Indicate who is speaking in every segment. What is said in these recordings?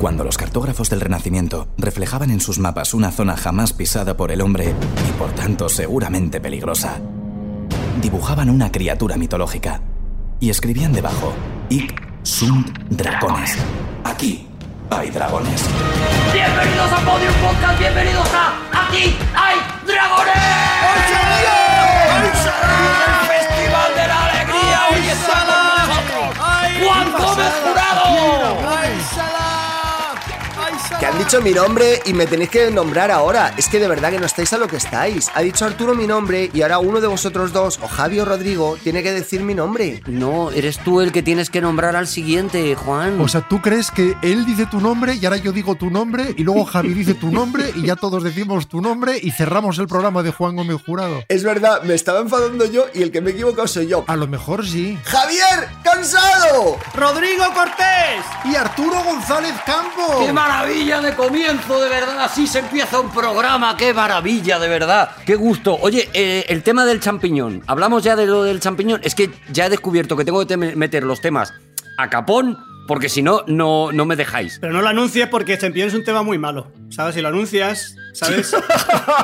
Speaker 1: Cuando los cartógrafos del Renacimiento reflejaban en sus mapas una zona jamás pisada por el hombre y por tanto seguramente peligrosa, dibujaban una criatura mitológica y escribían debajo: Ic sunt dragones. Aquí hay dragones.
Speaker 2: Bienvenidos a Podium Podcast, bienvenidos a Aquí hay dragones. El Festival de la Alegría hoy está con nosotros Juan Gómez Jurado.
Speaker 3: Que han dicho mi nombre y me tenéis que nombrar ahora. Es que de verdad que no estáis a lo que estáis. Ha dicho Arturo mi nombre y ahora uno de vosotros dos, o Javi o Rodrigo, tiene que decir mi nombre.
Speaker 4: No, eres tú el que tienes que nombrar al siguiente, Juan.
Speaker 5: O sea, ¿tú crees que él dice tu nombre y ahora yo digo tu nombre y luego Javi dice tu nombre y ya todos decimos tu nombre y cerramos el programa de Juan Gómez Jurado?
Speaker 3: Es verdad, me estaba enfadando yo y el que me he equivocado soy yo.
Speaker 5: A lo mejor sí.
Speaker 3: ¡Javier! ¡Cansado!
Speaker 2: Rodrigo Cortés.
Speaker 5: Y Arturo González Campo.
Speaker 2: ¡Qué maravilla de comienzo, de verdad! Así se empieza un programa, qué maravilla, de verdad.
Speaker 4: Qué gusto. Oye, eh, el tema del champiñón. Hablamos ya de lo del champiñón. Es que ya he descubierto que tengo que tem- meter los temas a capón porque si no, no, no me dejáis.
Speaker 6: Pero no lo anuncies porque Champiñón es un tema muy malo. ¿Sabes? Si lo anuncias, ¿sabes?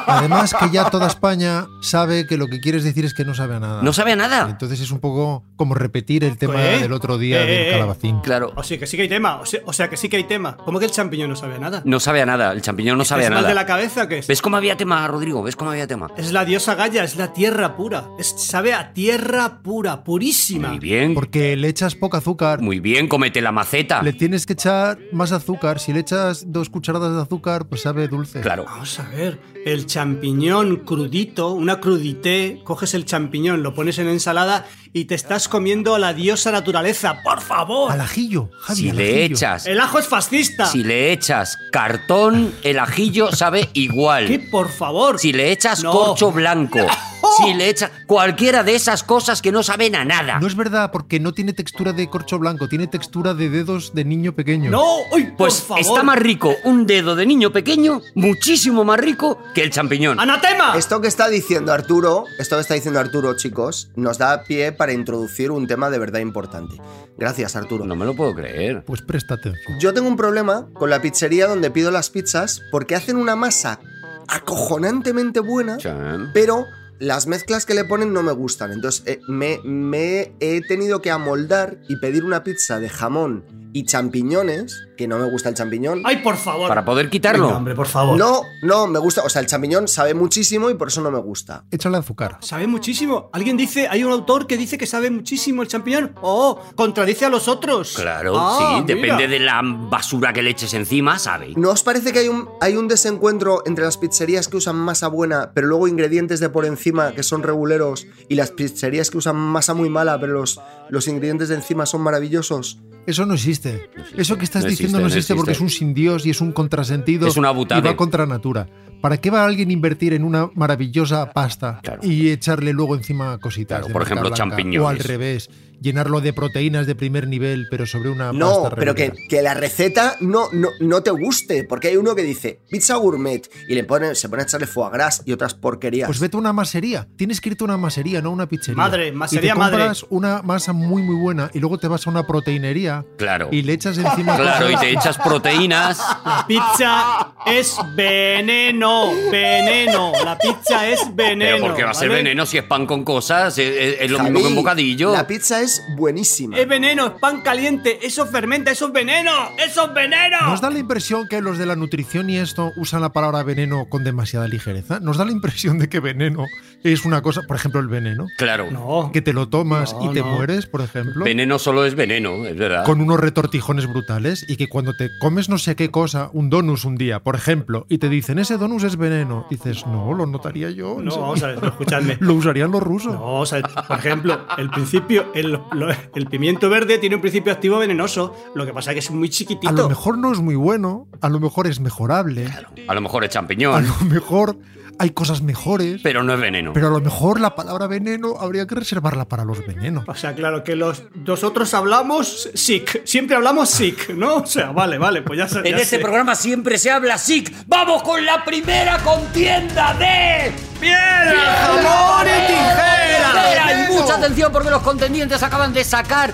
Speaker 5: Además que ya toda España sabe que lo que quieres decir es que no sabe a nada.
Speaker 4: No sabe a nada.
Speaker 5: Entonces es un poco como repetir el tema
Speaker 6: ¿Eh?
Speaker 5: del otro día
Speaker 6: Eh,
Speaker 5: del
Speaker 6: eh.
Speaker 5: calabacín.
Speaker 4: Claro,
Speaker 6: o sea, que sí que hay tema. O sea, o sea, que sí que hay tema. ¿Cómo que el champiñón no sabe a nada?
Speaker 4: no sabe a nada. El champiñón no sabe a
Speaker 6: ¿Es mal
Speaker 4: nada.
Speaker 6: de la cabeza o qué es?
Speaker 4: ¿Ves cómo había tema, Rodrigo? ¿Ves cómo había tema?
Speaker 6: Es la diosa Gaia, es la tierra pura. Es, sabe a tierra pura, purísima.
Speaker 4: Muy bien,
Speaker 5: Porque le echas poco azúcar.
Speaker 4: muy bien, comete la maceta.
Speaker 5: Le tienes que echar más azúcar. Si le echas dos cucharadas de azúcar, pues sabe dulce.
Speaker 4: Claro.
Speaker 6: Vamos a ver, el champiñón crudito, una crudité, coges el champiñón, lo pones en ensalada y te estás comiendo a la diosa naturaleza, por favor.
Speaker 5: Al ajillo, Javi.
Speaker 4: Si
Speaker 5: al
Speaker 4: le
Speaker 5: ajillo.
Speaker 4: echas,
Speaker 6: El ajo es fascista.
Speaker 4: si le echas cartón, el ajillo sabe igual.
Speaker 6: ¿Qué? Por favor.
Speaker 4: Si le echas
Speaker 6: No.
Speaker 4: corcho blanco, si le echas cualquiera de esas cosas que no saben a nada.
Speaker 3: Ah.
Speaker 5: No es verdad, porque no tiene textura de corcho blanco, tiene textura de dedos de niño pequeño.
Speaker 6: No, uy,
Speaker 4: Pues
Speaker 6: por favor.
Speaker 4: está más rico un dedo de niño pequeño, muchísimo más rico que el
Speaker 6: Ah,
Speaker 4: champiñón.
Speaker 6: ¡Anatema!
Speaker 3: Esto que está diciendo Arturo, esto que está diciendo Arturo, chicos, nos da pie para introducir un tema de verdad importante. Gracias, Arturo.
Speaker 4: No me lo puedo creer.
Speaker 5: Pues presta atención.
Speaker 3: Yo tengo un problema con la pizzería donde pido las pizzas porque hacen una masa acojonantemente buena,
Speaker 4: Chan.
Speaker 3: pero las mezclas que le ponen no me gustan. Entonces eh, me, me he tenido que amoldar y pedir una pizza de jamón y champiñones, que no me gusta el champiñón.
Speaker 6: Ay, por favor.
Speaker 4: Para poder
Speaker 6: Venga,
Speaker 4: quitarlo.
Speaker 6: hombre, por favor.
Speaker 3: No, no, me gusta. O sea, el champiñón sabe muchísimo y por eso no me gusta.
Speaker 5: Échale azúcar.
Speaker 6: Sabe muchísimo. Alguien dice, hay un autor que dice que sabe muchísimo el champiñón. Oh, contradice a los otros.
Speaker 4: Claro,
Speaker 6: Ah,
Speaker 4: sí,
Speaker 6: mira.
Speaker 4: depende de la basura que le eches encima, sabe.
Speaker 3: ¿No os parece que hay un, hay un desencuentro entre las pizzerías que usan masa buena, pero luego ingredientes de por encima que son reguleros, y las pizzerías que usan masa muy mala, pero los, los ingredientes de encima son maravillosos?
Speaker 5: Eso no existe. Eso que estás
Speaker 4: No existe,
Speaker 5: diciendo no
Speaker 4: no
Speaker 5: existe, porque es
Speaker 4: existe.
Speaker 5: un sin Dios y es un contrasentido.
Speaker 4: Es una
Speaker 5: Y
Speaker 4: butade.
Speaker 5: va contra natura. ¿Para qué va alguien a invertir en una maravillosa pasta
Speaker 4: Claro.
Speaker 5: y echarle luego encima cositas?
Speaker 4: Claro,
Speaker 5: de
Speaker 4: por
Speaker 5: marca
Speaker 4: ejemplo,
Speaker 5: blanca?
Speaker 4: champiñones.
Speaker 5: O al revés, llenarlo de proteínas de primer nivel, pero sobre una
Speaker 3: No,
Speaker 5: Ah, pasta
Speaker 3: pero que,
Speaker 5: regular.
Speaker 3: que la receta no, no, no te guste, porque hay uno que dice pizza gourmet y le pone, se pone a echarle foie gras y otras porquerías.
Speaker 5: Pues vete a una masería. Tienes que irte a una masería, no a una pizzería.
Speaker 6: Madre, masería,
Speaker 5: y te compras una masa muy, muy buena y luego te vas a una proteinería
Speaker 4: Claro.
Speaker 5: y le echas encima.
Speaker 4: Claro,
Speaker 5: cosas
Speaker 4: y te echas proteínas.
Speaker 6: La pizza es veneno. Veneno. La pizza es veneno.
Speaker 4: Pero porque va a ser
Speaker 6: ¿vale?
Speaker 4: veneno si es pan con cosas, es, es- es lo mismo que
Speaker 3: Javi,
Speaker 4: un bocadillo. Eh,
Speaker 3: La pizza es buenísima.
Speaker 6: Es veneno, es pan caliente. Eso fermenta, eso es veneno. Eso es veneno.
Speaker 5: ¿Nos da la impresión que los de la nutrición y esto usan la palabra veneno con demasiada ligereza? ¿Nos da la impresión de que veneno es una cosa, por ejemplo, el veneno?
Speaker 4: Claro.
Speaker 6: No.
Speaker 5: Que te lo tomas
Speaker 6: No,
Speaker 5: y te
Speaker 6: no.
Speaker 5: mueres, por ejemplo,
Speaker 4: Veneno solo es veneno, es verdad.
Speaker 5: con unos retortijones brutales y que cuando te comes no sé qué cosa, un donus un día, por ejemplo, y te dicen, ese donus es veneno, dices, no, lo notaría yo. en
Speaker 6: No,
Speaker 5: serio".
Speaker 6: vamos a ver, no, escuchadme.
Speaker 5: Lo usarían los rusos.
Speaker 6: No, o sea, por ejemplo, el principio, el, lo- el pimiento verde tiene un principio activo venenoso. Lo que pasa es que es muy chiquitito.
Speaker 5: A lo mejor no es muy bueno, a lo mejor es mejorable,
Speaker 4: A lo mejor es
Speaker 5: a
Speaker 4: champiñón,
Speaker 5: lo mejor hay cosas mejores.
Speaker 4: pero no es veneno.
Speaker 5: Pero a lo mejor la palabra veneno habría que reservarla para los venenos.
Speaker 6: O sea, claro, que los nosotros hablamos sick. Siempre hablamos sick, ¿no? O sea, vale, vale, pues ya se.
Speaker 4: En
Speaker 6: ya
Speaker 4: este
Speaker 6: sé.
Speaker 4: programa siempre se habla SIC. ¡Vamos con la primera contienda de
Speaker 6: ¡Piedra, jamón y tijera!
Speaker 4: Oh. Y mucha atención porque los contendientes acaban de sacar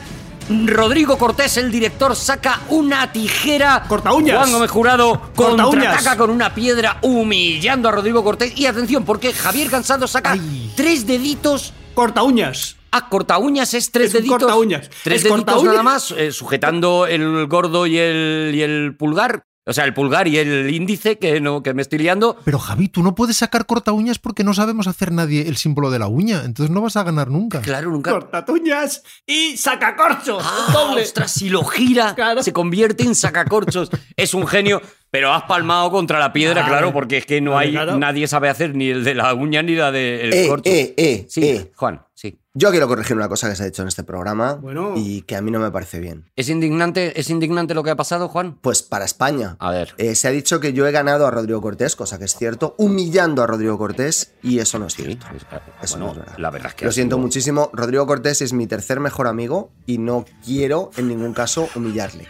Speaker 4: Rodrigo Cortés, el director, saca una tijera.
Speaker 6: Corta uñas.
Speaker 4: Juan Gómez Jurado
Speaker 6: Corta uñas.
Speaker 4: contraataca con una piedra, humillando a Rodrigo Cortés. Y atención, porque Javier Cansado saca
Speaker 5: Ay.
Speaker 4: tres deditos.
Speaker 6: Corta uñas.
Speaker 4: Ah, corta uñas es tres
Speaker 6: Es un
Speaker 4: deditos.
Speaker 6: cortaúñas.
Speaker 4: Tres
Speaker 6: Es
Speaker 4: deditos
Speaker 6: cortaúñas.
Speaker 4: nada más, eh, sujetando el gordo y el, y el pulgar. O sea, el pulgar y el índice, que no, que me estoy liando.
Speaker 5: Pero Javi, tú no puedes sacar corta uñas porque no sabemos hacer nadie el símbolo de la uña, entonces no vas a ganar nunca.
Speaker 4: Claro, nunca.
Speaker 6: Corta uñas y saca corcho.
Speaker 4: Ah,
Speaker 6: doble.
Speaker 4: Ostras, si lo gira,
Speaker 6: Claro.
Speaker 4: se convierte en sacacorchos. es un genio, pero has palmado contra la piedra,
Speaker 6: Claro.
Speaker 4: claro, porque es que no
Speaker 6: Claro,
Speaker 4: hay.
Speaker 6: claro.
Speaker 4: Nadie sabe hacer ni el de la uña ni la del
Speaker 3: Eh,
Speaker 4: corcho.
Speaker 3: eh, eh,
Speaker 4: sí,
Speaker 3: eh.
Speaker 4: Juan, sí.
Speaker 3: Yo quiero corregir una cosa que se ha hecho en este programa
Speaker 6: Bueno.
Speaker 3: y que a mí no me parece bien.
Speaker 4: ¿Es indignante, ¿Es indignante lo que ha pasado, Juan?
Speaker 3: Pues para España.
Speaker 4: A ver.
Speaker 3: Eh, se ha dicho que yo he ganado a Rodrigo Cortés, cosa que es cierto, humillando a Rodrigo Cortés, y eso no es
Speaker 4: Sí,
Speaker 3: cierto.
Speaker 4: es-
Speaker 3: Eso
Speaker 4: bueno,
Speaker 3: no es verdad.
Speaker 4: la verdad es que.
Speaker 3: Lo
Speaker 4: ha
Speaker 3: siento
Speaker 4: sido-
Speaker 3: muchísimo. Rodrigo Cortés es mi tercer mejor amigo y no quiero en ningún caso humillarle.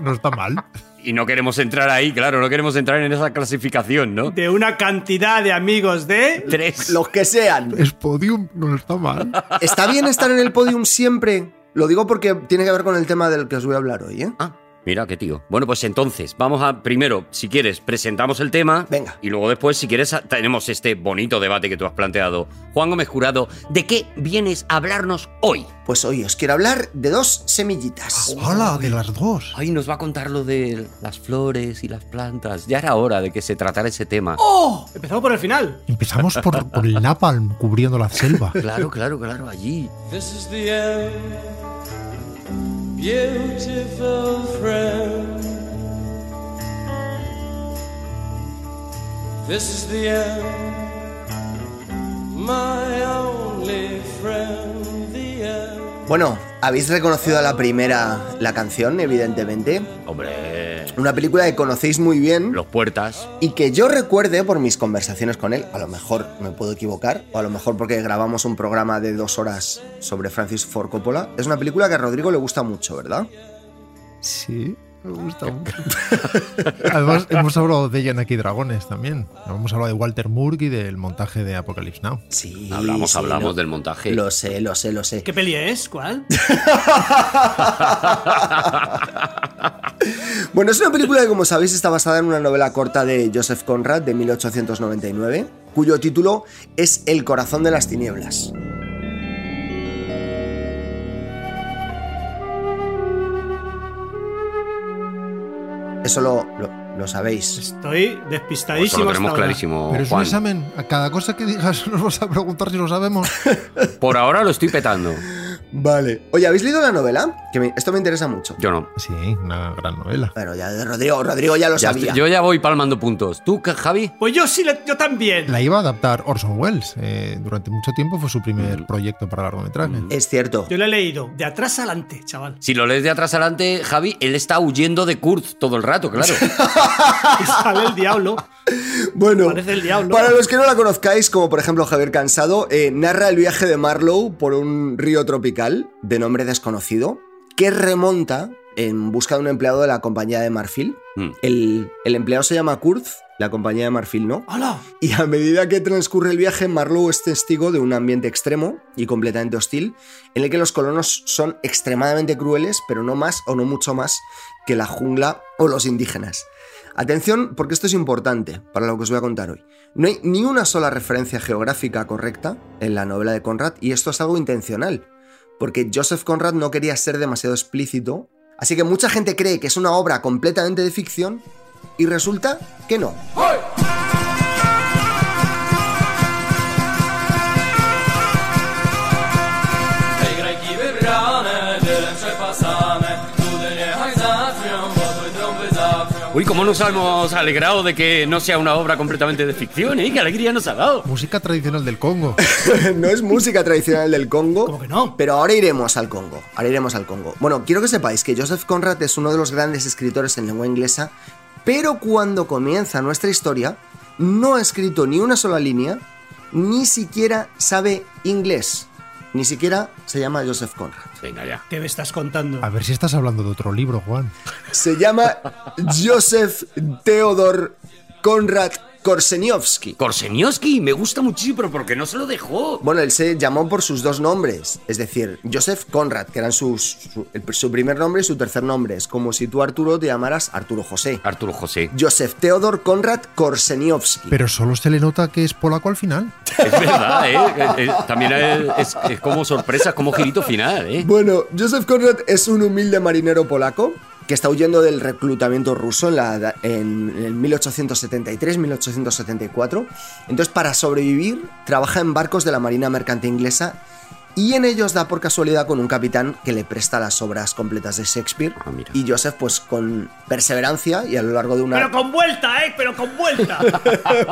Speaker 5: No está mal.
Speaker 4: Y no queremos entrar ahí, claro, no queremos entrar en esa clasificación, ¿no?
Speaker 6: De una cantidad de amigos de.
Speaker 4: Tres.
Speaker 3: Los que sean.
Speaker 5: Es podium, no está mal.
Speaker 3: ¿Está bien estar en el podium siempre? Lo digo porque tiene que ver con el tema del que os voy a hablar hoy, ¿eh?
Speaker 4: Ah, mira qué tío. Bueno, pues entonces, vamos a primero, si quieres, presentamos el tema.
Speaker 3: Venga.
Speaker 4: Y luego después, si quieres, tenemos este bonito debate que tú has planteado. Juan Gómez Jurado, ¿de qué vienes a hablarnos hoy?
Speaker 3: Pues hoy os quiero hablar de dos semillitas.
Speaker 5: Hola, de las dos.
Speaker 4: Hoy nos va a contar lo de las flores y las plantas. Ya era hora de que se tratara ese tema.
Speaker 6: ¡Oh! Empezamos por el final.
Speaker 5: Empezamos por, por el napalm cubriendo la selva.
Speaker 4: Claro, claro, claro, allí.
Speaker 2: This is the end, beautiful friend. This is the end, my only friend, the end.
Speaker 3: Bueno, habéis reconocido a la primera la canción, evidentemente.
Speaker 4: Hombre,
Speaker 3: Una película que conocéis muy bien
Speaker 4: los puertas.
Speaker 3: y que yo recuerde por mis conversaciones con él. A lo mejor me puedo equivocar, o a lo mejor porque grabamos un programa de dos horas sobre Francis Ford Coppola. Es una película que a Rodrigo le gusta mucho, ¿verdad?
Speaker 5: Sí, me gusta mucho. Además, hemos hablado de Yanaki Dragones también. Hemos hablado de Walter Murg y del montaje de Apocalypse Now.
Speaker 3: Sí.
Speaker 4: Hablamos,
Speaker 3: sí,
Speaker 4: hablamos
Speaker 3: lo-
Speaker 4: del montaje.
Speaker 3: Lo sé, lo sé, lo sé.
Speaker 6: ¿Qué peli es? ¿Cuál?
Speaker 3: Bueno, es una película que, como sabéis, está basada en una novela corta de Joseph Conrad de 1899, cuyo título es El corazón de las tinieblas. Eso lo, lo- lo sabéis.
Speaker 6: Estoy
Speaker 4: Eso
Speaker 6: despistadísimo.
Speaker 4: Pues lo tenemos
Speaker 6: hasta ahora.
Speaker 4: clarísimo,
Speaker 5: Pero es un
Speaker 4: Oh, Juan.
Speaker 5: examen. A cada cosa que digas nos vas a preguntar si lo sabemos.
Speaker 4: Por ahora lo estoy petando.
Speaker 3: Vale. Oye, ¿habéis leído la novela? Que me- esto me interesa mucho.
Speaker 4: Yo no.
Speaker 5: Sí, una gran novela.
Speaker 3: Bueno, ya de Rodrigo, Rodrigo ya lo
Speaker 4: Ya
Speaker 3: sabía.
Speaker 4: estoy- yo ya voy palmando puntos. ¿Tú, Javi?
Speaker 6: Pues yo sí, le- yo también.
Speaker 5: La iba a adaptar Orson Welles. eh, durante mucho tiempo fue su primer proyecto para largometraje.
Speaker 3: Es cierto.
Speaker 6: Yo la he leído. De atrás adelante, chaval.
Speaker 4: Si lo lees de atrás adelante, Javi, él está huyendo de Kurt todo el rato, claro.
Speaker 6: Y sale el diablo.
Speaker 3: Bueno,
Speaker 6: Parece el diablo.
Speaker 3: para los que no la conozcáis, como por ejemplo Javier Cansado, eh, narra el viaje de Marlowe por un río tropical de nombre desconocido que remonta en busca de un empleado de la compañía de Marfil.
Speaker 4: Mm.
Speaker 3: El, el empleado se llama Kurz, la compañía de Marfil no.
Speaker 6: ¡Hala!
Speaker 3: Y a medida que transcurre el viaje, Marlowe es testigo de un ambiente extremo y completamente hostil, en el que los colonos son extremadamente crueles, pero no más o no mucho más que la jungla o los indígenas. Atención, porque esto es importante para lo que os voy a contar hoy. No hay ni una sola referencia geográfica correcta en la novela de Conrad, y esto es algo intencional, porque Joseph Conrad no quería ser demasiado explícito, así que mucha gente cree que es una obra completamente de ficción, y resulta que no.
Speaker 4: Uy, cómo nos hemos alegrado de que no sea una obra completamente de ficción, ¿eh? ¡Qué alegría nos ha dado!
Speaker 5: Música tradicional del Congo.
Speaker 3: no es música tradicional del Congo.
Speaker 6: ¿Cómo que no?
Speaker 3: Pero ahora iremos al Congo. Ahora iremos al Congo. Bueno, quiero que sepáis que Joseph Conrad es uno de los grandes escritores en lengua inglesa, pero cuando comienza nuestra historia, no ha escrito ni una sola línea, ni siquiera sabe inglés. Ni siquiera se llama Joseph Conrad.
Speaker 4: Venga, ya.
Speaker 6: ¿Qué me estás contando?
Speaker 5: A ver si estás hablando de otro libro, Juan.
Speaker 3: Se llama Joseph Theodore Conrad Korseniowski.
Speaker 4: Korsenioski, me gusta muchísimo, pero porque no se lo dejó.
Speaker 3: Bueno, él se llamó por sus dos nombres, es decir, Joseph Conrad, que eran sus, su, el- su primer nombre y su tercer nombre. Es como si tú, Arturo, te llamaras Arturo José.
Speaker 4: Arturo José.
Speaker 3: Joseph Theodor Conrad Korseniowski.
Speaker 5: Pero solo se le nota que es polaco al final.
Speaker 4: Es verdad, ¿eh? Es- es- también es, es- es como sorpresa, es como girito final, ¿eh?
Speaker 3: Bueno, Joseph Conrad es un humilde marinero polaco que está huyendo del reclutamiento ruso en, la, en, el 1873-1874. Entonces, para sobrevivir, trabaja en barcos de la Marina Mercante Inglesa y en ellos da por casualidad con un capitán que le presta las obras completas de Shakespeare.
Speaker 4: Ah, mira.
Speaker 3: y Joseph, pues con perseverancia y a lo largo de una...
Speaker 2: Pero con vuelta, ¿eh? Pero con vuelta.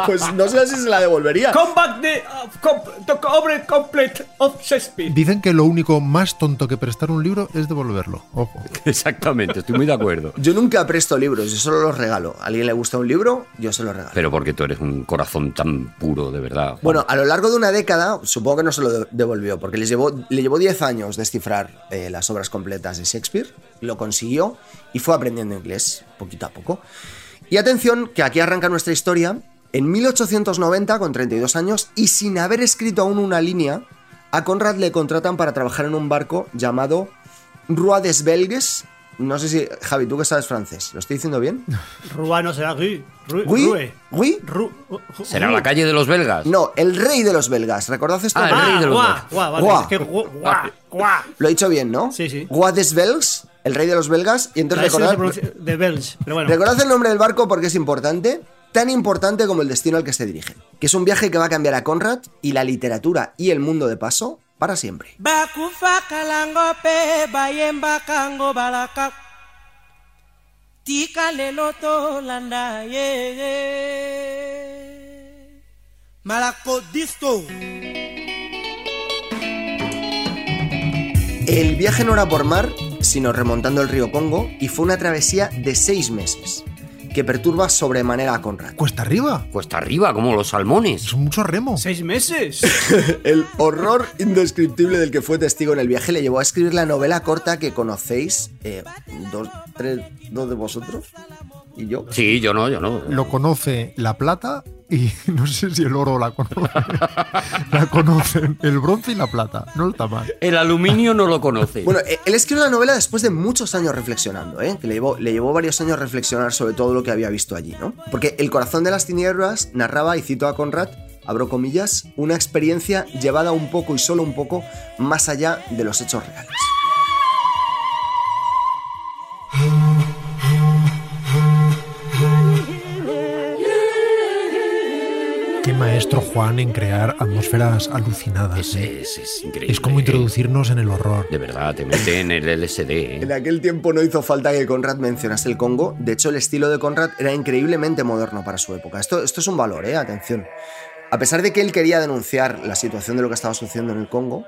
Speaker 3: pues no sé si se la devolvería.
Speaker 2: Comeback de
Speaker 6: uh,
Speaker 2: the cover complete of Shakespeare.
Speaker 5: Dicen que lo único más tonto que prestar un libro es devolverlo. Ojo.
Speaker 4: Exactamente, estoy muy de acuerdo.
Speaker 3: Yo nunca presto libros, yo solo los regalo. ¿A alguien le gusta un libro? Yo se lo regalo.
Speaker 4: Pero porque tú eres un corazón tan puro, de verdad. Juan.
Speaker 3: Bueno, a lo largo de una década, supongo que no se lo de- devolvió, porque les llevó, le llevó 10 años descifrar eh, las obras completas de Shakespeare, lo consiguió y fue aprendiendo inglés poquito a poco. Y atención, que aquí arranca nuestra historia. En 1890, con 32 años y sin haber escrito aún una línea, a Conrad le contratan para trabajar en un barco llamado Roi des Belges. No sé si, Javi, tú que sabes francés, ¿lo estoy diciendo bien?
Speaker 6: Ruano será Rue. Rue.
Speaker 3: ¿Gui?
Speaker 6: Rue.
Speaker 3: ¿Gui?
Speaker 6: Ru- Ru-
Speaker 4: ¿Será la calle de los belgas?
Speaker 3: No, el rey de los belgas. ¿Recordad esto?
Speaker 4: Ah, el
Speaker 6: Ah,
Speaker 4: rey de los
Speaker 6: guau,
Speaker 4: dos.
Speaker 6: guau, vale,
Speaker 3: Guau.
Speaker 6: es que gu- guau, guau.
Speaker 3: Lo he dicho bien, ¿no?
Speaker 6: Sí, sí.
Speaker 3: Roi des Belges, el rey de los belgas. Y
Speaker 6: La
Speaker 3: entonces
Speaker 6: S no se
Speaker 3: recordad,
Speaker 6: pronuncia- de Belge, pero bueno.
Speaker 3: recordad el nombre del barco porque es importante. Tan importante como el destino al que se dirige. Que es un viaje que va a cambiar a Conrad y la literatura y el mundo de paso para siempre.
Speaker 7: bakufa kalango mpe bayemba kango balaka tika lelo tolanda ye malako disto
Speaker 3: El viaje no era por mar, sino remontando el río Congo y fue una travesía de seis meses que perturba sobremanera a Conrad.
Speaker 5: Cuesta arriba.
Speaker 4: Cuesta arriba, como los salmones.
Speaker 5: Es mucho remo.
Speaker 6: ¿Seis meses?
Speaker 3: El horror indescriptible del que fue testigo en el viaje le llevó a escribir la novela corta que conocéis, eh, dos, tres, dos de vosotros y yo.
Speaker 4: Sí, yo no, yo no.
Speaker 5: Lo conoce la plata y no sé si el oro la conoce. la conocen el bronce y la plata. No está mal.
Speaker 4: El aluminio no lo conoce.
Speaker 3: Bueno, eh, él escribió la novela después de muchos años reflexionando, ¿eh? que le llevó, le llevó varios años reflexionar sobre todo lo que había visto allí, ¿no? Porque El corazón de las tinieblas narraba, y cito a Conrad, abro comillas, una experiencia llevada un poco y solo un poco más allá de los hechos reales.
Speaker 5: Qué maestro Juan en crear atmósferas alucinadas.
Speaker 4: es,
Speaker 5: ¿eh?
Speaker 4: es- es increíble.
Speaker 5: Es como introducirnos en el horror.
Speaker 4: De verdad, te mete en el LSD. ¿eh?
Speaker 3: En aquel tiempo no hizo falta que Conrad mencionase el Congo. De hecho, el estilo de Conrad era increíblemente moderno para su época. Esto, esto es un valor, ¿eh? Atención. A pesar de que él quería denunciar la situación de lo que estaba sucediendo en el Congo,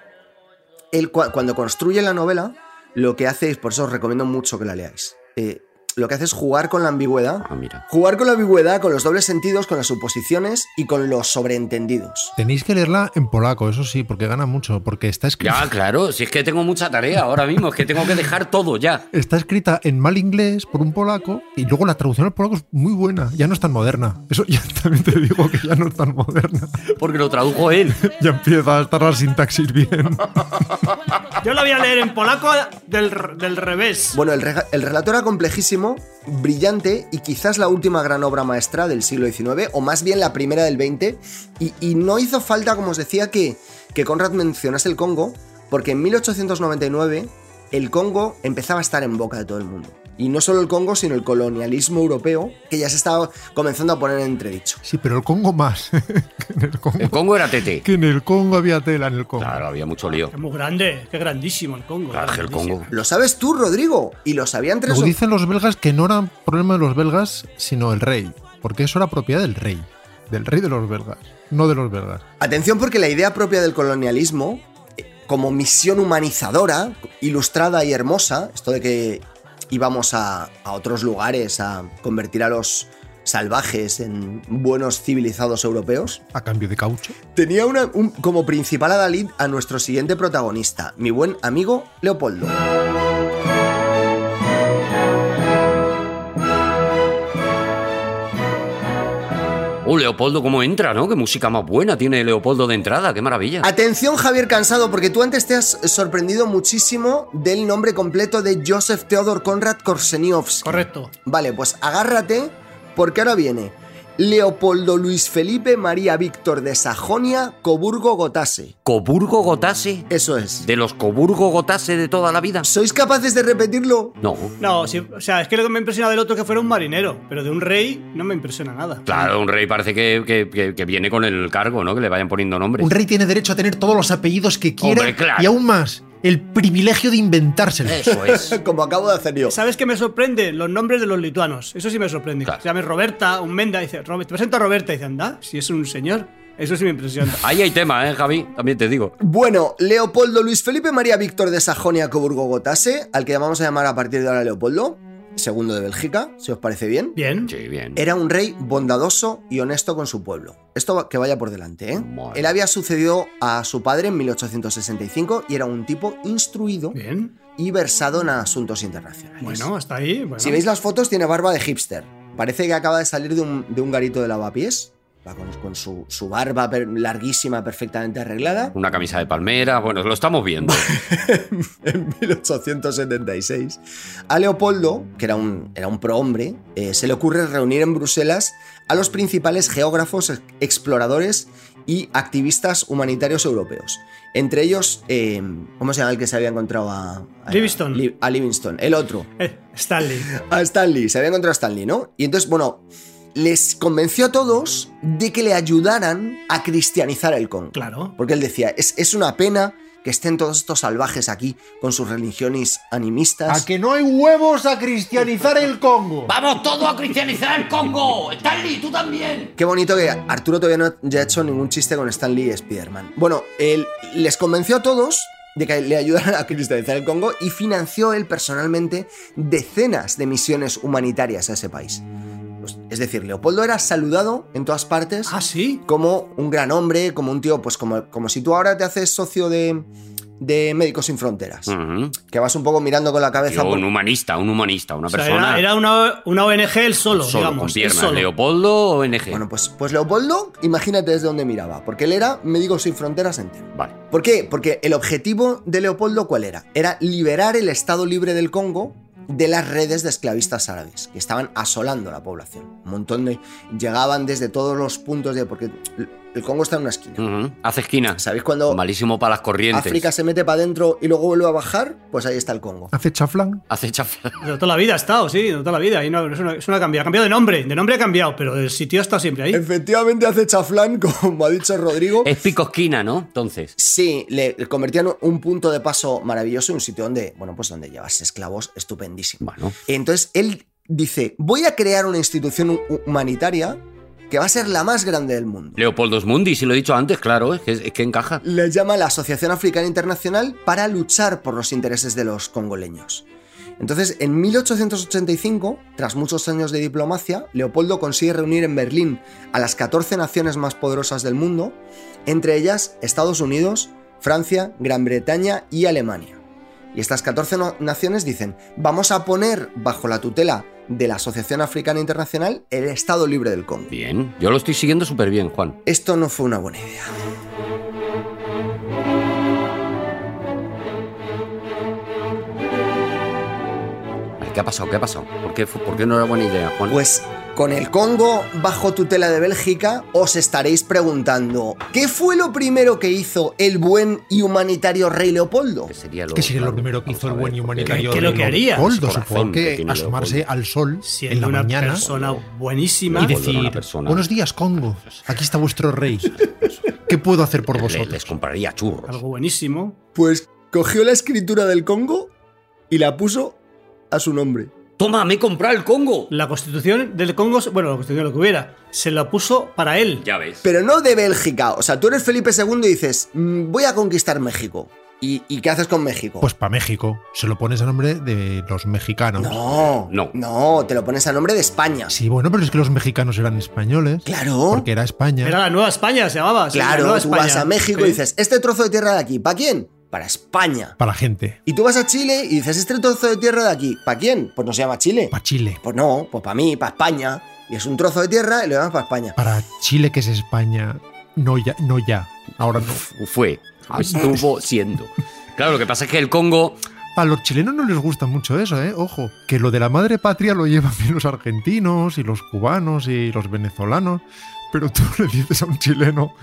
Speaker 3: él cua- cuando construye la novela, lo que hace es, por eso os recomiendo mucho que la leáis, eh, lo que hace es jugar con la ambigüedad.
Speaker 4: Ah, mira.
Speaker 3: Jugar con la ambigüedad, con los dobles sentidos, con las suposiciones y con los sobreentendidos.
Speaker 5: Tenéis que leerla en polaco, eso sí, porque gana mucho, porque está escrita,
Speaker 4: Ya, claro, si es que tengo mucha tarea ahora mismo, es que tengo que dejar todo ya.
Speaker 5: está escrita en mal inglés por un polaco y luego la traducción al polaco es muy buena, ya no es tan moderna. Eso ya también te digo que ya no es tan moderna.
Speaker 4: Porque lo tradujo él.
Speaker 5: Ya empieza a estar la sintaxis bien.
Speaker 6: Yo la voy a leer en polaco del, r- del revés.
Speaker 3: Bueno, el, rega- el relato era complejísimo, brillante y quizás la última gran obra maestra del siglo XIX, o más bien la primera del XX, y, y no hizo falta, como os decía, que, que Conrad mencionase el Congo, porque en 1899 el Congo empezaba a estar en boca de todo el mundo. Y no solo el Congo, sino el colonialismo europeo, que ya se estaba comenzando a poner en entredicho.
Speaker 5: Sí, pero el Congo más. que, en el
Speaker 4: El
Speaker 5: Congo,
Speaker 4: Congo era Tete.
Speaker 5: que en el Congo había tela en el Congo.
Speaker 4: Claro, había mucho lío.
Speaker 6: Es muy grande, que grandísimo el Congo. ¿eh?
Speaker 4: Claro, es que el
Speaker 6: grandísimo.
Speaker 4: Congo.
Speaker 3: Lo sabes tú, Rodrigo, y lo sabían tres
Speaker 5: Luego
Speaker 3: o-
Speaker 5: dicen los belgas que no era problema de los belgas, sino el rey, porque eso era propiedad del rey, del rey de los belgas, no de los belgas.
Speaker 3: Atención porque la idea propia del colonialismo, eh, como misión humanizadora, ilustrada y hermosa, esto de que íbamos a, a otros lugares a convertir a los salvajes en buenos civilizados europeos,
Speaker 5: A cambio de caucho.
Speaker 3: tenía una- un- como principal adalid a nuestro siguiente protagonista, mi buen amigo Leopoldo.
Speaker 4: ¡Oh, Leopoldo cómo entra, ¿no? Qué música más buena tiene Leopoldo de entrada, qué maravilla.
Speaker 3: Ah. Atención Javier Cansado, porque tú antes te has sorprendido muchísimo del nombre completo de Joseph Theodor Konrad Korseniowski.
Speaker 6: Correcto.
Speaker 3: Vale, pues agárrate, porque ahora viene Leopoldo Luis Felipe María Víctor de Sajonia Coburgo Gotase.
Speaker 4: Coburgo Gotase,
Speaker 3: Eso es.
Speaker 4: de los Coburgo Gotase de toda la vida.
Speaker 3: ¿Sois capaces de repetirlo?
Speaker 4: No.
Speaker 6: No, sí, o sea, es que lo que me impresiona del otro es que fuera un marinero, pero de un rey no me impresiona nada.
Speaker 4: Claro, un rey parece que, que- que- que viene con el cargo, ¿no? Que le vayan poniendo nombres.
Speaker 5: Un rey tiene derecho a tener todos los apellidos que quiera
Speaker 4: Hombre, claro.
Speaker 5: y aún más, el privilegio de inventárselos.
Speaker 4: Eso es.
Speaker 3: Como acabo de hacer yo.
Speaker 6: ¿Sabes qué me sorprende? Los nombres de los lituanos. Eso sí me sorprende.
Speaker 4: Claro.
Speaker 6: Se llama Roberta, un Menda, dice, "Robe- te presento a Roberta, dice, anda, si es un señor. Eso sí me impresiona.
Speaker 4: Ahí hay tema, ¿eh, Javi? También te digo.
Speaker 3: Bueno, Leopoldo Luis Felipe María Víctor de Sajonia Coburgo Gotase, al que vamos a llamar a partir de ahora Leopoldo, segundo de Bélgica, si os parece bien.
Speaker 6: Bien.
Speaker 4: Sí, bien.
Speaker 3: Era un rey bondadoso y honesto con su pueblo. Esto va- que vaya por delante, ¿eh?
Speaker 4: Madre.
Speaker 3: Él había sucedido a su padre en 1865 y era un tipo instruido
Speaker 6: Bien.
Speaker 3: y versado en asuntos internacionales.
Speaker 6: Bueno, hasta ahí. bueno.
Speaker 3: Si veis las fotos, tiene barba de hipster. Parece que acaba de salir de un, de un garito de lavapiés. Va con, con su, su barba per- larguísima, perfectamente arreglada.
Speaker 4: Una camisa de palmera, bueno, lo estamos viendo.
Speaker 3: en 1876. A Leopoldo, que era un, era un prohombre, eh, se le ocurre reunir en Bruselas a los principales geógrafos, ex- exploradores y activistas humanitarios europeos. Entre ellos, eh, ¿cómo se llama el que se había encontrado a, a-
Speaker 6: Livingstone.
Speaker 3: Li- A Livingstone, el otro.
Speaker 6: Eh, Stanley.
Speaker 3: A Stanley, se había encontrado a Stanley, ¿no? Y entonces, bueno, les convenció a todos de que le ayudaran a cristianizar el Congo.
Speaker 6: Claro.
Speaker 3: Porque él decía, es, es una pena que estén todos estos salvajes aquí con sus religiones animistas.
Speaker 5: A que no hay huevos a cristianizar el Congo.
Speaker 2: ¡Vamos todos a cristianizar el Congo! ¡Stanley, tú también!
Speaker 3: Qué bonito que Arturo todavía no haya hecho ningún chiste con Stan Lee y Spider-Man. Bueno, él les convenció a todos de que le ayudaran a cristianizar el Congo y financió él personalmente decenas de misiones humanitarias a ese país. Pues, es decir, Leopoldo era saludado en todas partes
Speaker 6: Ah, sí.
Speaker 3: como un gran hombre, como un tío, pues como, como si tú ahora te haces socio de, de Médicos Sin Fronteras.
Speaker 4: Ujú.
Speaker 3: Que vas un poco mirando con la cabeza.
Speaker 4: Yo,
Speaker 3: por-
Speaker 4: un humanista, un humanista, una
Speaker 6: O sea,
Speaker 4: persona
Speaker 6: era, era una, una ONG él solo,
Speaker 4: solo,
Speaker 6: digamos.
Speaker 4: con
Speaker 6: él
Speaker 4: piernas.
Speaker 6: solo.
Speaker 4: Leopoldo o NG.
Speaker 3: Bueno, pues, pues Leopoldo, imagínate desde dónde miraba, porque él era médico sin fronteras entero.
Speaker 4: vale.
Speaker 3: ¿Por qué? Porque el objetivo de Leopoldo, ¿cuál era? Era liberar el Estado libre del Congo de las redes de esclavistas árabes, que estaban asolando la población. Un montón de... Llegaban desde todos los puntos de... Porque el Congo está en una esquina.
Speaker 4: Ujú. Hace esquina.
Speaker 3: ¿Sabéis cuando
Speaker 4: Malísimo para las corrientes.
Speaker 3: África se mete para adentro y luego vuelve a bajar? Pues ahí está el Congo.
Speaker 5: Hace chaflán.
Speaker 4: Hace chafla.
Speaker 6: De toda la vida ha estado, sí, de toda la vida. Ahí no, eso, no, eso no ha cambiado. Ha cambiado de nombre. De nombre ha cambiado, pero el sitio ha estado siempre ahí.
Speaker 3: Efectivamente hace chaflán, como ha dicho Rodrigo.
Speaker 4: Es pico esquina, ¿no? Entonces.
Speaker 3: Sí, le convertían un punto de paso maravilloso y un sitio donde, bueno, pues donde llevas esclavos estupendísimo.
Speaker 4: Bueno.
Speaker 3: Entonces él dice, voy a crear una institución hu- humanitaria que va a ser la más grande del mundo.
Speaker 4: Leopoldo Mundi, si lo he dicho antes, claro, es que, es que encaja.
Speaker 3: Le llama la Asociación Africana Internacional para luchar por los intereses de los congoleños. Entonces, en 1885, tras muchos años de diplomacia, Leopoldo consigue reunir en Berlín a las 14 naciones más poderosas del mundo, entre ellas Estados Unidos, Francia, Gran Bretaña y Alemania. Y estas 14 no- naciones dicen, vamos a poner bajo la tutela de la Asociación Africana Internacional el Estado Libre del Congo.
Speaker 4: Bien. Yo lo estoy siguiendo súper bien, Juan.
Speaker 3: Esto no fue una buena idea.
Speaker 4: Ay, ¿Qué ha pasado? ¿Qué ha pasado? ¿Por qué, fu- por qué no era buena idea, Juan?
Speaker 3: Pues con el Congo bajo tutela de Bélgica, os estaréis preguntando, ¿qué fue lo primero que hizo el buen y humanitario rey Leopoldo?
Speaker 4: ¿Qué sería lo,
Speaker 5: ¿Qué sería lo
Speaker 4: claro,
Speaker 5: primero que
Speaker 4: vamos
Speaker 5: hizo
Speaker 4: a
Speaker 5: el
Speaker 4: ver,
Speaker 5: buen y
Speaker 4: porque-
Speaker 5: humanitario?
Speaker 6: ¿Qué es lo que haría?
Speaker 5: haría? Goldo,
Speaker 4: Corazón
Speaker 5: supongo
Speaker 4: que
Speaker 5: que
Speaker 4: tiene
Speaker 5: asomarse
Speaker 4: Leopoldo.
Speaker 5: al sol en
Speaker 6: Siendo
Speaker 5: la
Speaker 6: una
Speaker 5: mañana
Speaker 6: persona buenísima.
Speaker 5: y
Speaker 4: Leopoldo era
Speaker 5: decir,
Speaker 4: una persona.
Speaker 5: buenos días, Congo, aquí está vuestro rey. ¿Qué puedo hacer por
Speaker 4: Le- Les,
Speaker 5: vosotros?
Speaker 4: compraría churros.
Speaker 6: Algo buenísimo.
Speaker 3: Pues cogió la escritura del Congo y la puso a su nombre.
Speaker 4: ¡Toma, me he comprado el Congo!
Speaker 6: La constitución del Congo, bueno, la constitución lo que hubiera, se la puso para él.
Speaker 4: Ya ves.
Speaker 3: Pero no de Bélgica, o sea, tú eres Felipe II y dices, "Mm, voy a conquistar México. ¿Y, y qué haces con México?
Speaker 5: Pues para México, se lo pones a nombre de los mexicanos.
Speaker 3: no,
Speaker 4: No.
Speaker 3: no, te lo pones a nombre de España.
Speaker 5: Sí, bueno, pero es que los mexicanos eran españoles.
Speaker 3: Claro.
Speaker 5: Porque era España.
Speaker 6: Era la Nueva España, se llamaba. sí, la
Speaker 3: Claro,
Speaker 6: Nueva
Speaker 3: tú
Speaker 6: España. Eh,
Speaker 3: vas a México y
Speaker 6: Sí.
Speaker 3: dices, este trozo de tierra de aquí, ¿para quién? para España.
Speaker 5: Para la gente.
Speaker 3: Y tú vas a Chile y dices, este trozo de tierra de aquí, ¿para quién? Pues no se llama Chile.
Speaker 5: Para Chile.
Speaker 3: Pues no, pues para mí, para España. Y es un trozo de tierra y lo llamas para España.
Speaker 5: Para Chile, que es España. No ya, no ya. Ahora no.
Speaker 4: Fue,
Speaker 5: Ah,
Speaker 4: estuvo
Speaker 5: pues.
Speaker 4: siendo. Claro, lo que pasa es que el Congo,
Speaker 5: A los chilenos no les gusta mucho eso, ¿eh? Ojo, que lo de la madre patria lo llevan bien los argentinos y los cubanos y los venezolanos, pero tú le dices a un chileno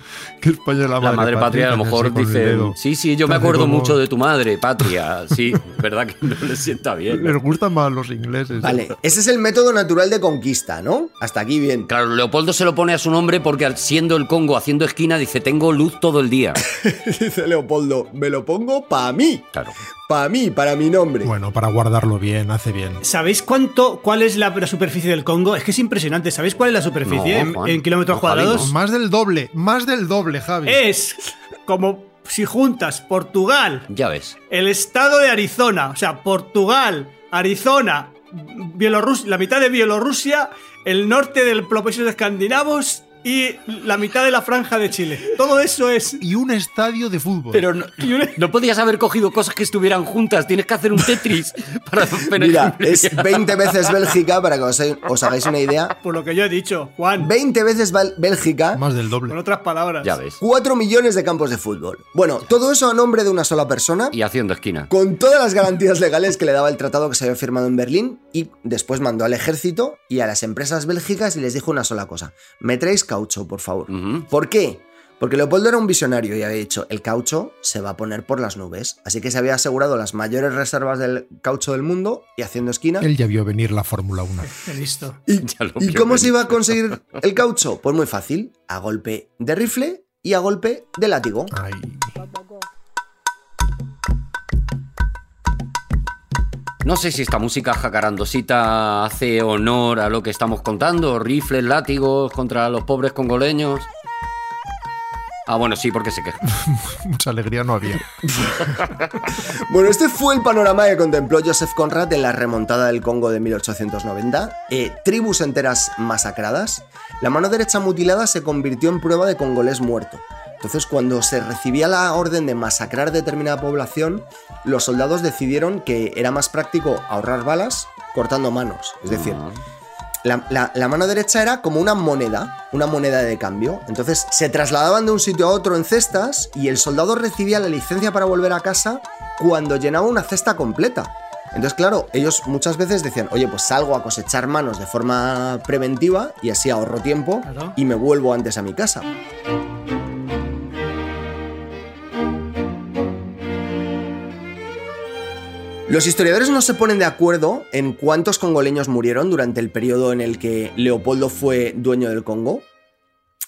Speaker 5: que España es la
Speaker 4: la
Speaker 5: madre,
Speaker 4: madre patria, a lo
Speaker 5: y así
Speaker 4: mejor
Speaker 5: con el
Speaker 4: dice,
Speaker 5: dedo.
Speaker 4: sí, sí, yo me
Speaker 5: Te hace
Speaker 4: acuerdo
Speaker 5: como-
Speaker 4: mucho de tu madre, patria, sí, verdad que no le sienta bien.
Speaker 5: Les gustan más los ingleses.
Speaker 3: Vale, ese es el método natural de conquista, ¿no? Hasta aquí bien.
Speaker 4: Claro, Leopoldo se lo pone a su nombre porque al- siendo el Congo haciendo esquina dice, tengo luz todo el día.
Speaker 3: Dice Leopoldo, me lo pongo para mí,
Speaker 4: Claro.
Speaker 3: para mí, para mi nombre.
Speaker 5: Bueno, para guardarlo bien, hace bien.
Speaker 6: ¿Sabéis cuánto, cuál es la, la superficie del Congo? Es que es impresionante. ¿Sabéis cuál es la superficie
Speaker 4: No,
Speaker 6: en-
Speaker 4: Juan,
Speaker 6: en,
Speaker 4: no,
Speaker 6: kilómetros
Speaker 4: Javi,
Speaker 6: cuadrados?
Speaker 5: Más del doble, más del doble, Javi.
Speaker 6: Eh. Es como si juntas Portugal,
Speaker 4: Ya ves.
Speaker 6: el estado de Arizona, o sea, Portugal, Arizona, Bielorrusia, la mitad de Bielorrusia, el norte del de escandinavos y la mitad de la franja de Chile. Todo eso es.
Speaker 5: Y un estadio de fútbol.
Speaker 4: Pero no,
Speaker 6: y un-
Speaker 4: no podías haber cogido cosas que estuvieran juntas, tienes que hacer un Tetris para...
Speaker 3: Mira, es 20 veces Bélgica, para que os, os hagáis una idea.
Speaker 6: Por lo que yo he dicho, Juan,
Speaker 3: 20 veces Bal- Bélgica,
Speaker 5: Más del
Speaker 6: con
Speaker 5: doble.
Speaker 6: otras palabras.
Speaker 4: Ya ves.
Speaker 3: 4 millones de campos de fútbol. Bueno, todo eso a nombre de una sola persona.
Speaker 4: Y haciendo esquina.
Speaker 3: con todas las garantías legales que le daba el tratado que se había firmado en Berlín y después mandó al ejército y a las empresas bélgicas y les dijo una sola cosa, me traéis caucho, por favor.
Speaker 4: Ujú.
Speaker 3: ¿Por qué? Porque Leopoldo era un visionario y había dicho, el caucho se va a poner por las nubes, así que se había asegurado las mayores reservas del caucho del mundo y haciendo esquina.
Speaker 5: Él ya vio venir la Fórmula 1.
Speaker 6: Qué listo.
Speaker 3: ¿Y,
Speaker 4: Ya lo
Speaker 3: y
Speaker 4: vio
Speaker 3: cómo se
Speaker 4: venir.
Speaker 3: iba a conseguir el caucho? Pues muy fácil, a golpe de rifle y a golpe de látigo.
Speaker 5: Ay.
Speaker 4: No sé si esta música jacarandosita hace honor a lo que estamos contando. Rifles, látigos contra los pobres congoleños. Ah, bueno, sí, porque se queja.
Speaker 5: Mucha alegría no había.
Speaker 3: Bueno, este fue el panorama que contempló Joseph Conrad en la remontada del Congo de 1890. Eh, tribus enteras masacradas. La mano derecha mutilada se convirtió en prueba de congolés muerto. Entonces, cuando se recibía la orden de masacrar determinada población, los soldados decidieron que era más práctico ahorrar balas cortando manos. Es decir, la, la- la mano derecha era como una moneda, una moneda de cambio. Entonces se trasladaban de un sitio a otro en cestas y el soldado recibía la licencia para volver a casa cuando llenaba una cesta completa. Entonces, claro, ellos muchas veces decían, oye, pues salgo a cosechar manos de forma preventiva y así ahorro tiempo
Speaker 6: Claro.
Speaker 3: y me vuelvo antes a mi casa. Los historiadores no se ponen de acuerdo en cuántos congoleños murieron durante el periodo en el que Leopoldo fue dueño del Congo.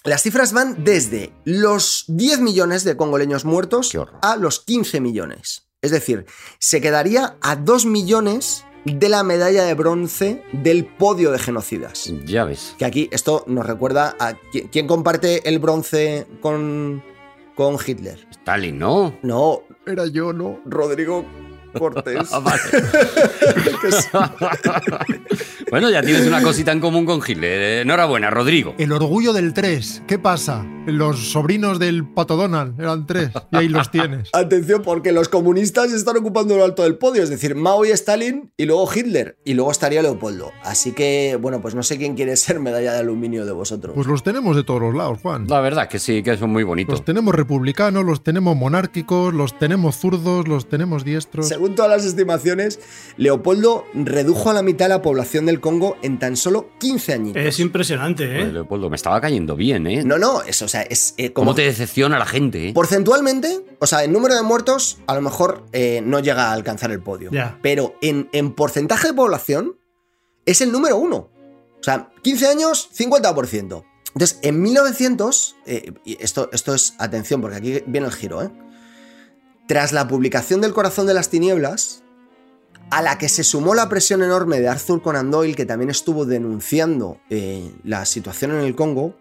Speaker 3: Las cifras van desde los 10 millones de congoleños muertos
Speaker 4: Qué horror.
Speaker 3: a los 15 millones. Es decir, se quedaría a 2 millones de la medalla de bronce del podio de genocidas.
Speaker 4: Ya ves.
Speaker 3: Que aquí esto nos recuerda a qui- quién comparte el bronce con, con Hitler.
Speaker 4: Stalin, ¿no?
Speaker 3: No,
Speaker 5: Era yo, ¿no?
Speaker 3: Rodrigo Cortés.
Speaker 4: Ah, vale. bueno, ya tienes una cosita en común con Hitler. Eh, Enhorabuena, Rodrigo.
Speaker 5: El orgullo del 3. ¿Qué pasa? Los sobrinos del Pato Donald eran tres. Y ahí los tienes.
Speaker 3: Atención, porque los comunistas están ocupando lo alto del podio, es decir, Mao y Stalin y luego Hitler y luego estaría Leopoldo. Así que, bueno, pues no sé quién quiere ser medalla de aluminio de vosotros.
Speaker 5: Pues los tenemos de todos los lados, Juan.
Speaker 4: La verdad que sí, que son muy bonitos.
Speaker 5: Los tenemos republicanos, los tenemos monárquicos, los tenemos zurdos, los tenemos diestros.
Speaker 3: Según todas las estimaciones, Leopoldo redujo a la mitad la población del Congo en tan solo 15 añitos.
Speaker 6: Es impresionante,
Speaker 4: Joder,
Speaker 6: ¿eh?
Speaker 4: Pues, Leopoldo, me estaba cayendo bien, ¿eh?
Speaker 3: No, no, es, o sea, es eh, como
Speaker 4: ¿Cómo te decepciona la gente, eh?
Speaker 3: Porcentualmente, o sea, en número de muertos, a lo mejor eh, no llega a alcanzar el podio.
Speaker 6: Ya.
Speaker 3: Pero en, en porcentaje de población, es el número uno. O sea, 15 años, 50%. Entonces, en 1900, eh, y esto, esto es atención, porque aquí viene el giro, ¿eh? Tras la publicación del Corazón de las Tinieblas, a la que se sumó la presión enorme de Arthur Conan Doyle, que también estuvo denunciando eh, la situación en el Congo,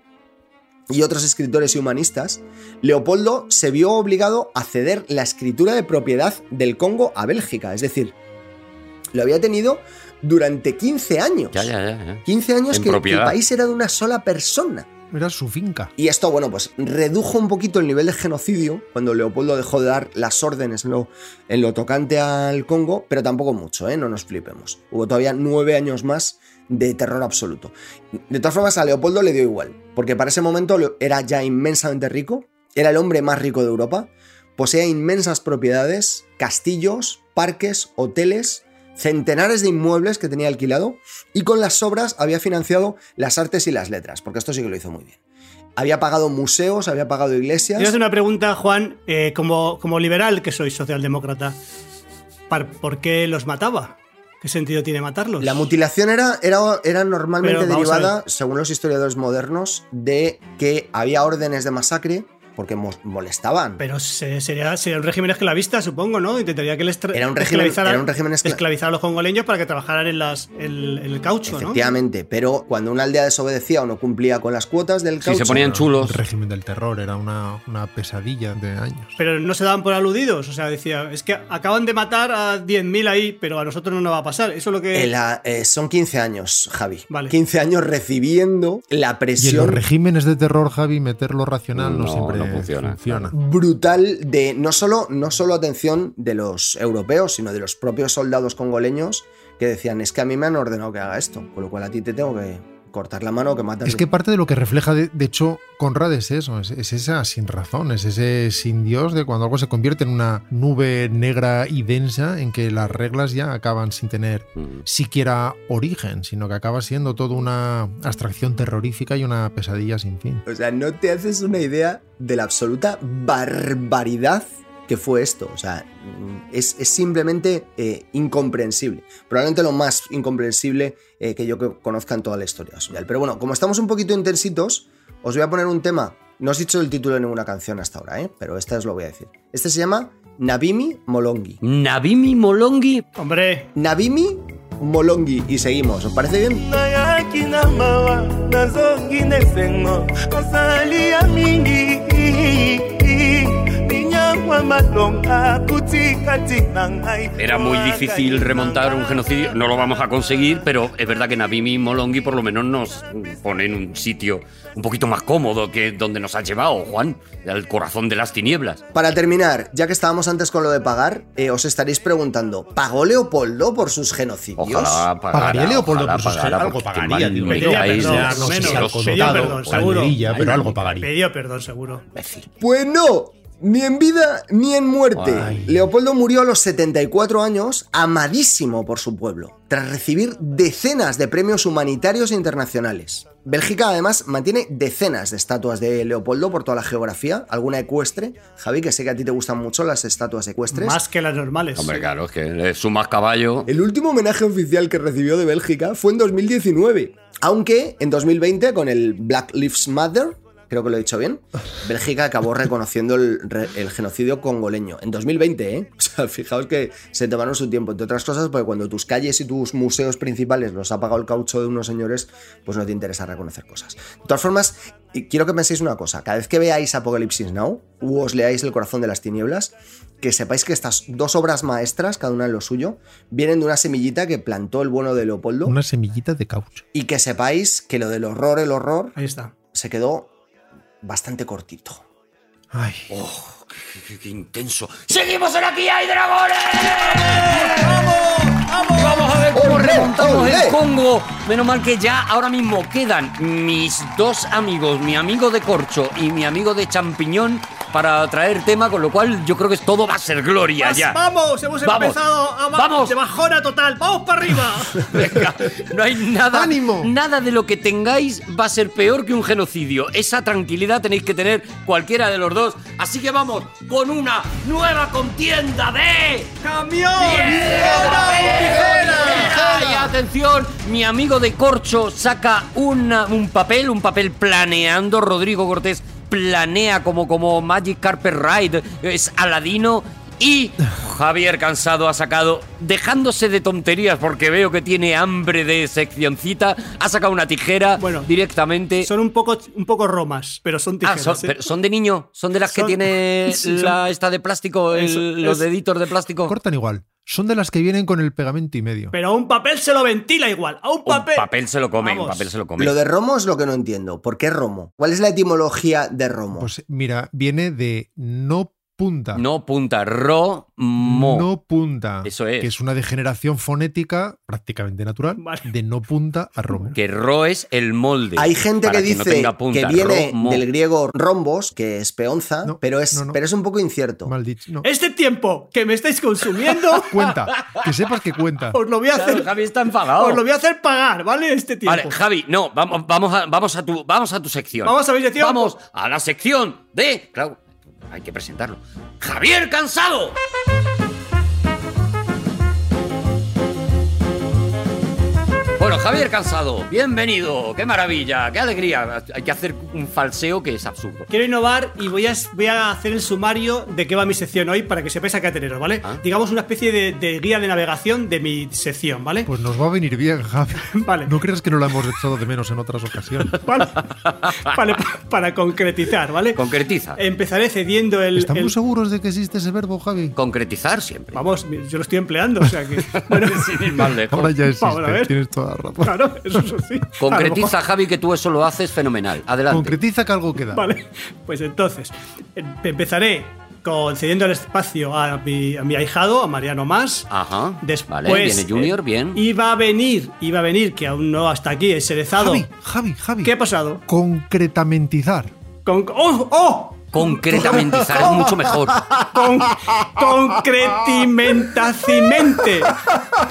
Speaker 3: y otros escritores y humanistas, Leopoldo se vio obligado a ceder la escritura de propiedad del Congo a Bélgica. Es decir, lo había tenido durante 15 años.
Speaker 4: Ya, ya, ya. ya.
Speaker 3: 15 años
Speaker 4: En
Speaker 3: que, que el
Speaker 4: propiedad.
Speaker 3: país era de una sola persona.
Speaker 5: era su finca.
Speaker 3: Y esto, bueno, pues redujo un poquito el nivel de genocidio cuando Leopoldo dejó de dar las órdenes en lo, en lo tocante al Congo, pero tampoco mucho, ¿eh? no nos flipemos. Hubo todavía nueve años más de terror absoluto. De todas formas, a Leopoldo le dio igual, porque para ese momento le- era ya inmensamente rico, era el hombre más rico de Europa, poseía inmensas propiedades, castillos, parques, hoteles, centenares de inmuebles que tenía alquilado y con las sobras había financiado las artes y las letras, porque esto sí que lo hizo muy bien. Había pagado museos, había pagado iglesias.
Speaker 6: Yo hacer una pregunta, Juan, eh, como, como liberal que soy socialdemócrata, ¿par- ¿por qué los mataba? ¿Qué sentido tiene matarlos?
Speaker 3: La mutilación era, era, era normalmente
Speaker 6: Pero vamos a
Speaker 3: derivada, según los historiadores modernos, de que había órdenes de masacre porque mos- molestaban.
Speaker 6: Pero se- sería, sería un régimen esclavista, supongo, ¿no? Intentaría que les tra-
Speaker 3: Era un régimen-
Speaker 6: esclavizaran-
Speaker 3: era un régimen escla-
Speaker 6: esclavizar a los congoleños para que trabajaran en, las, en- en el caucho, ¿no?
Speaker 3: Efectivamente, pero cuando una aldea desobedecía o no cumplía con las cuotas del
Speaker 4: Si
Speaker 3: caucho,
Speaker 4: se ponían chulos.
Speaker 5: El régimen del terror era una, una pesadilla de años.
Speaker 6: Pero no se daban por aludidos, o sea, decía, es que acaban de matar a 10.000 ahí, pero a nosotros no nos va a pasar. Eso es lo que...
Speaker 3: eh, la- eh, son 15 años, Javi.
Speaker 6: Vale.
Speaker 3: 15 años recibiendo la
Speaker 5: Y en los
Speaker 3: presión
Speaker 5: regímenes de terror, Javi, meter lo racional no,
Speaker 4: No,
Speaker 5: siempre
Speaker 4: no
Speaker 5: funciona.
Speaker 4: funciona,
Speaker 3: brutal de no solo, no solo atención de los europeos, sino de los propios soldados congoleños que decían, es que a mí me han ordenado que haga esto, con lo cual a ti te tengo que cortar la mano o que matar.
Speaker 5: Es que parte de lo que refleja, de, de hecho, Conrad es eso, es, es esa sin razón, es ese sin Dios de cuando algo se convierte en una nube negra y densa en que las reglas ya acaban sin tener
Speaker 4: Mm.
Speaker 5: siquiera origen, sino que acaba siendo toda una abstracción terrorífica y una pesadilla sin fin.
Speaker 3: O sea, no te haces una idea de la absoluta barbaridad que fue esto. O sea, mm, es, es simplemente eh, incomprensible. Probablemente lo más incomprensible eh, que yo co- conozca en toda la historia. social. Pero bueno, como estamos un poquito intensitos, os voy a poner un tema. No os he dicho el título de ninguna canción hasta ahora, ¿eh? pero esta os lo voy a decir. Este se llama Nabimi Molongi.
Speaker 4: Nabimi Molongi.
Speaker 6: Hombre,
Speaker 3: Nabimi Molongi. Y seguimos. ¿Os parece bien?
Speaker 8: nayaki na mawa nazongi na esengo mosali ya mingi binyangwa malonga kuti kati na ngai
Speaker 4: Era muy difícil remontar un genocidio. No lo vamos a conseguir, pero es verdad que Nabimi y Molongi por lo menos nos ponen un sitio un poquito más cómodo que donde nos ha llevado, Juan, al corazón de las tinieblas.
Speaker 3: Para terminar, ya que estábamos antes con lo de pagar, eh, os estaréis preguntando, ¿pagó Leopoldo por sus genocidios?
Speaker 4: Ojalá pagara,
Speaker 5: ¿Pagaría Leopoldo
Speaker 4: ojalá
Speaker 5: por sus
Speaker 4: pagara,
Speaker 5: algo
Speaker 4: porque qué
Speaker 5: pagaría,
Speaker 4: mal
Speaker 5: tío,
Speaker 4: me
Speaker 5: pedía
Speaker 4: caéis
Speaker 5: perdón,
Speaker 4: los-
Speaker 5: no sé si
Speaker 4: los-
Speaker 5: al
Speaker 4: los-
Speaker 5: contado,
Speaker 6: perdón,
Speaker 5: o
Speaker 6: seguro.
Speaker 5: calderilla, pero algo pagaría.
Speaker 6: pedido perdón, seguro.
Speaker 4: imbécil.
Speaker 3: Pues no, ni en vida ni en muerte.
Speaker 5: Ay.
Speaker 3: Leopoldo murió a los 74 años, amadísimo por su pueblo, tras recibir decenas de premios humanitarios internacionales. Bélgica además mantiene decenas de estatuas de Leopoldo por toda la geografía, alguna ecuestre. Javi, que sé que a ti te gustan mucho las estatuas ecuestres.
Speaker 6: Más que las normales.
Speaker 4: Hombre, claro, es que le sumas caballo.
Speaker 3: El último homenaje oficial que recibió de Bélgica fue en 2019. Aunque en 2020, con el Black Lives Matter, creo que lo he dicho bien, Bélgica acabó reconociendo el, re- el genocidio congoleño. En 2020, ¿eh? O sea, fijaos que se tomaron su tiempo, entre otras cosas, porque cuando tus calles y tus museos principales los ha pagado el caucho de unos señores, pues no te interesa reconocer cosas. De todas formas, y quiero que penséis una cosa. Cada vez que veáis Apocalipsis Now, u os leáis El corazón de las tinieblas, que sepáis que estas dos obras maestras, cada una en lo suyo, vienen de una semillita que plantó el bueno de Leopoldo.
Speaker 5: Una semillita de caucho.
Speaker 3: Y que sepáis que lo del horror, el horror,
Speaker 6: Ahí está.
Speaker 3: se quedó bastante cortito.
Speaker 5: Ay.
Speaker 4: Qué- qué- qué intenso.
Speaker 2: ¡Seguimos en Aquí hay dragones! ¡Vamos! ¡Vamos! ¡Vamos a ver!
Speaker 4: ¿Cómo
Speaker 3: ¡Olé,
Speaker 4: remontamos
Speaker 3: olé!
Speaker 4: el Congo? Menos mal que ya ahora mismo quedan mis dos amigos, mi amigo de corcho y mi amigo de champiñón, para traer tema, con lo cual yo creo que todo va a ser gloria
Speaker 6: Vas-
Speaker 4: ya.
Speaker 6: Pues ¡Vamos! Hemos
Speaker 4: Vamos.
Speaker 6: empezado a ba-
Speaker 4: Vamos.
Speaker 6: de bajona total. ¡Vamos para arriba!
Speaker 4: Venga, no hay nada.
Speaker 5: ¡Ánimo!
Speaker 4: Nada de lo que tengáis va a ser peor que un genocidio. Esa tranquilidad tenéis que tener cualquiera de los dos. Así que vamos con una nueva contienda de.
Speaker 6: ¡Camión!
Speaker 4: Y atención, mi amigo de corcho saca una- un papel, un papel planeando. Rodrigo Cortés planea como, como Magic Carpet Ride, es Aladino Y Javier Cansado ha sacado, dejándose de tonterías porque veo que tiene hambre de seccioncita, ha sacado una tijera
Speaker 6: Bueno,
Speaker 4: directamente.
Speaker 6: Son un poco, un poco romas, pero son
Speaker 4: Ah,
Speaker 6: tijeras.
Speaker 4: son,
Speaker 6: ¿eh?
Speaker 4: pero son de niño, son de las que
Speaker 6: Son-
Speaker 4: tiene
Speaker 6: sí, son-
Speaker 4: la esta de plástico, el-
Speaker 6: Eso,
Speaker 4: los
Speaker 6: eso.
Speaker 4: deditos de plástico.
Speaker 5: Cortan igual. Son de las que vienen con el pegamento y medio.
Speaker 6: Pero a un papel se lo ventila igual. A un
Speaker 4: Un
Speaker 6: papel.
Speaker 4: papel se lo come, un
Speaker 6: Vamos.
Speaker 4: papel se lo come.
Speaker 3: Lo de Romo es lo que no entiendo. ¿Por qué Romo? ¿Cuál es la etimología de Romo?
Speaker 5: Pues mira, viene de no punta.
Speaker 4: No punta, ro, mo.
Speaker 5: No punta.
Speaker 4: Eso es.
Speaker 5: Que es una degeneración fonética prácticamente natural
Speaker 6: Vale.
Speaker 5: de no punta a Romo.
Speaker 4: Que ro es el molde.
Speaker 3: Hay gente
Speaker 4: para
Speaker 3: que
Speaker 4: no
Speaker 3: dice
Speaker 4: tenga punta,
Speaker 3: que viene
Speaker 4: ro, mo.
Speaker 3: del griego rombos, que es peonza,
Speaker 5: No,
Speaker 3: pero, es,
Speaker 5: no, no.
Speaker 3: pero es un poco incierto.
Speaker 5: Mal dicho. No.
Speaker 6: Este tiempo que me estáis consumiendo,
Speaker 5: Cuenta. Que sepas que cuenta.
Speaker 6: os lo voy a
Speaker 4: Claro,
Speaker 6: hacer.
Speaker 4: Javi está enfadado.
Speaker 6: Os lo voy a hacer pagar, ¿vale? Este tiempo.
Speaker 4: Vale, Javi, no, vamos, vamos, a, vamos, a tu, vamos a tu sección.
Speaker 6: Vamos a mi sección.
Speaker 4: Vamos a la sección de. Claro, hay que presentarlo. ¡Javier Cansado! Bueno, Javier Cansado, bienvenido. ¡Qué maravilla! ¡Qué alegría! Hay que hacer un falseo que es absurdo.
Speaker 6: Quiero innovar y voy a, voy a hacer el sumario de qué va mi sección hoy para que sepáis a qué ateneros, ¿vale?
Speaker 4: Ah.
Speaker 6: Digamos una especie de, de guía de navegación de mi sección, ¿vale?
Speaker 5: Pues nos va a venir bien, Javi.
Speaker 6: Vale.
Speaker 5: No creas que no la hemos echado de menos en otras ocasiones.
Speaker 6: Vale. Vale, pa- para concretizar, ¿vale?
Speaker 4: Concretiza.
Speaker 6: Empezaré cediendo el.
Speaker 5: ¿Estamos
Speaker 6: el-
Speaker 5: seguros de que existe ese verbo, Javi?
Speaker 4: Concretizar siempre.
Speaker 6: Vamos, yo lo estoy empleando, o sea que. Bueno,
Speaker 4: Sin ir más lejos.
Speaker 5: Ahora ya existe.
Speaker 6: Ahora, a ver.
Speaker 5: Tienes toda la razón.
Speaker 6: claro, eso sí.
Speaker 4: Concretiza, Javi, que tú eso lo haces fenomenal. Adelante.
Speaker 5: Concretiza que algo queda.
Speaker 6: Vale, pues entonces, em- empezaré concediendo el espacio a mi, a mi ahijado, a Mariano Más.
Speaker 4: Ajá.
Speaker 6: Después,
Speaker 4: Ah, vale, viene Junior,
Speaker 6: eh,
Speaker 4: bien.
Speaker 6: Iba a venir, iba a venir, que aún no hasta aquí, es cerezado.
Speaker 5: Javi, Javi, Javi.
Speaker 6: ¿Qué ha pasado?
Speaker 5: Concretamentizar.
Speaker 6: Con, ¡Oh! ¡Oh!
Speaker 4: Concretamentizar es mucho mejor.
Speaker 6: Con, concretimentacimente.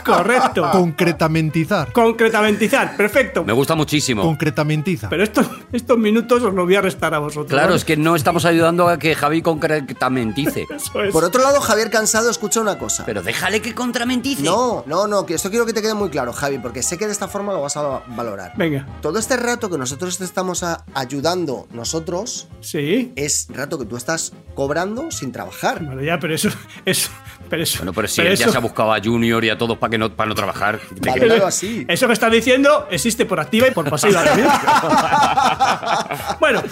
Speaker 6: Correcto.
Speaker 5: Concretamentizar.
Speaker 6: concretamentizar. Perfecto.
Speaker 4: Me gusta muchísimo.
Speaker 5: Concretamentiza.
Speaker 6: Pero estos, estos minutos os los voy a restar a vosotros.
Speaker 4: Claro,
Speaker 6: ¿vale?
Speaker 4: es que no estamos ayudando a que Javi concretamentice.
Speaker 6: Eso es.
Speaker 3: Por otro lado, Javier Cansado escucha una cosa.
Speaker 4: Pero déjale que contramentice.
Speaker 3: No, no, no, que esto quiero que te quede muy claro, Javi, porque sé que de esta forma lo vas a valorar.
Speaker 6: Venga.
Speaker 3: Todo este rato que nosotros te estamos a- ayudando nosotros
Speaker 6: Sí.
Speaker 3: es rato que tú estás cobrando sin trabajar.
Speaker 6: Bueno, ya, pero eso. eso pero eso.
Speaker 4: Bueno, pero si
Speaker 6: pero
Speaker 4: él ya
Speaker 6: eso- Eh,
Speaker 4: se ha buscado a Junior y a todos para que no, para no trabajar. ¿Te crees?
Speaker 3: Valorado así.
Speaker 6: Eso que estás diciendo existe por activa y por pasiva también. bueno.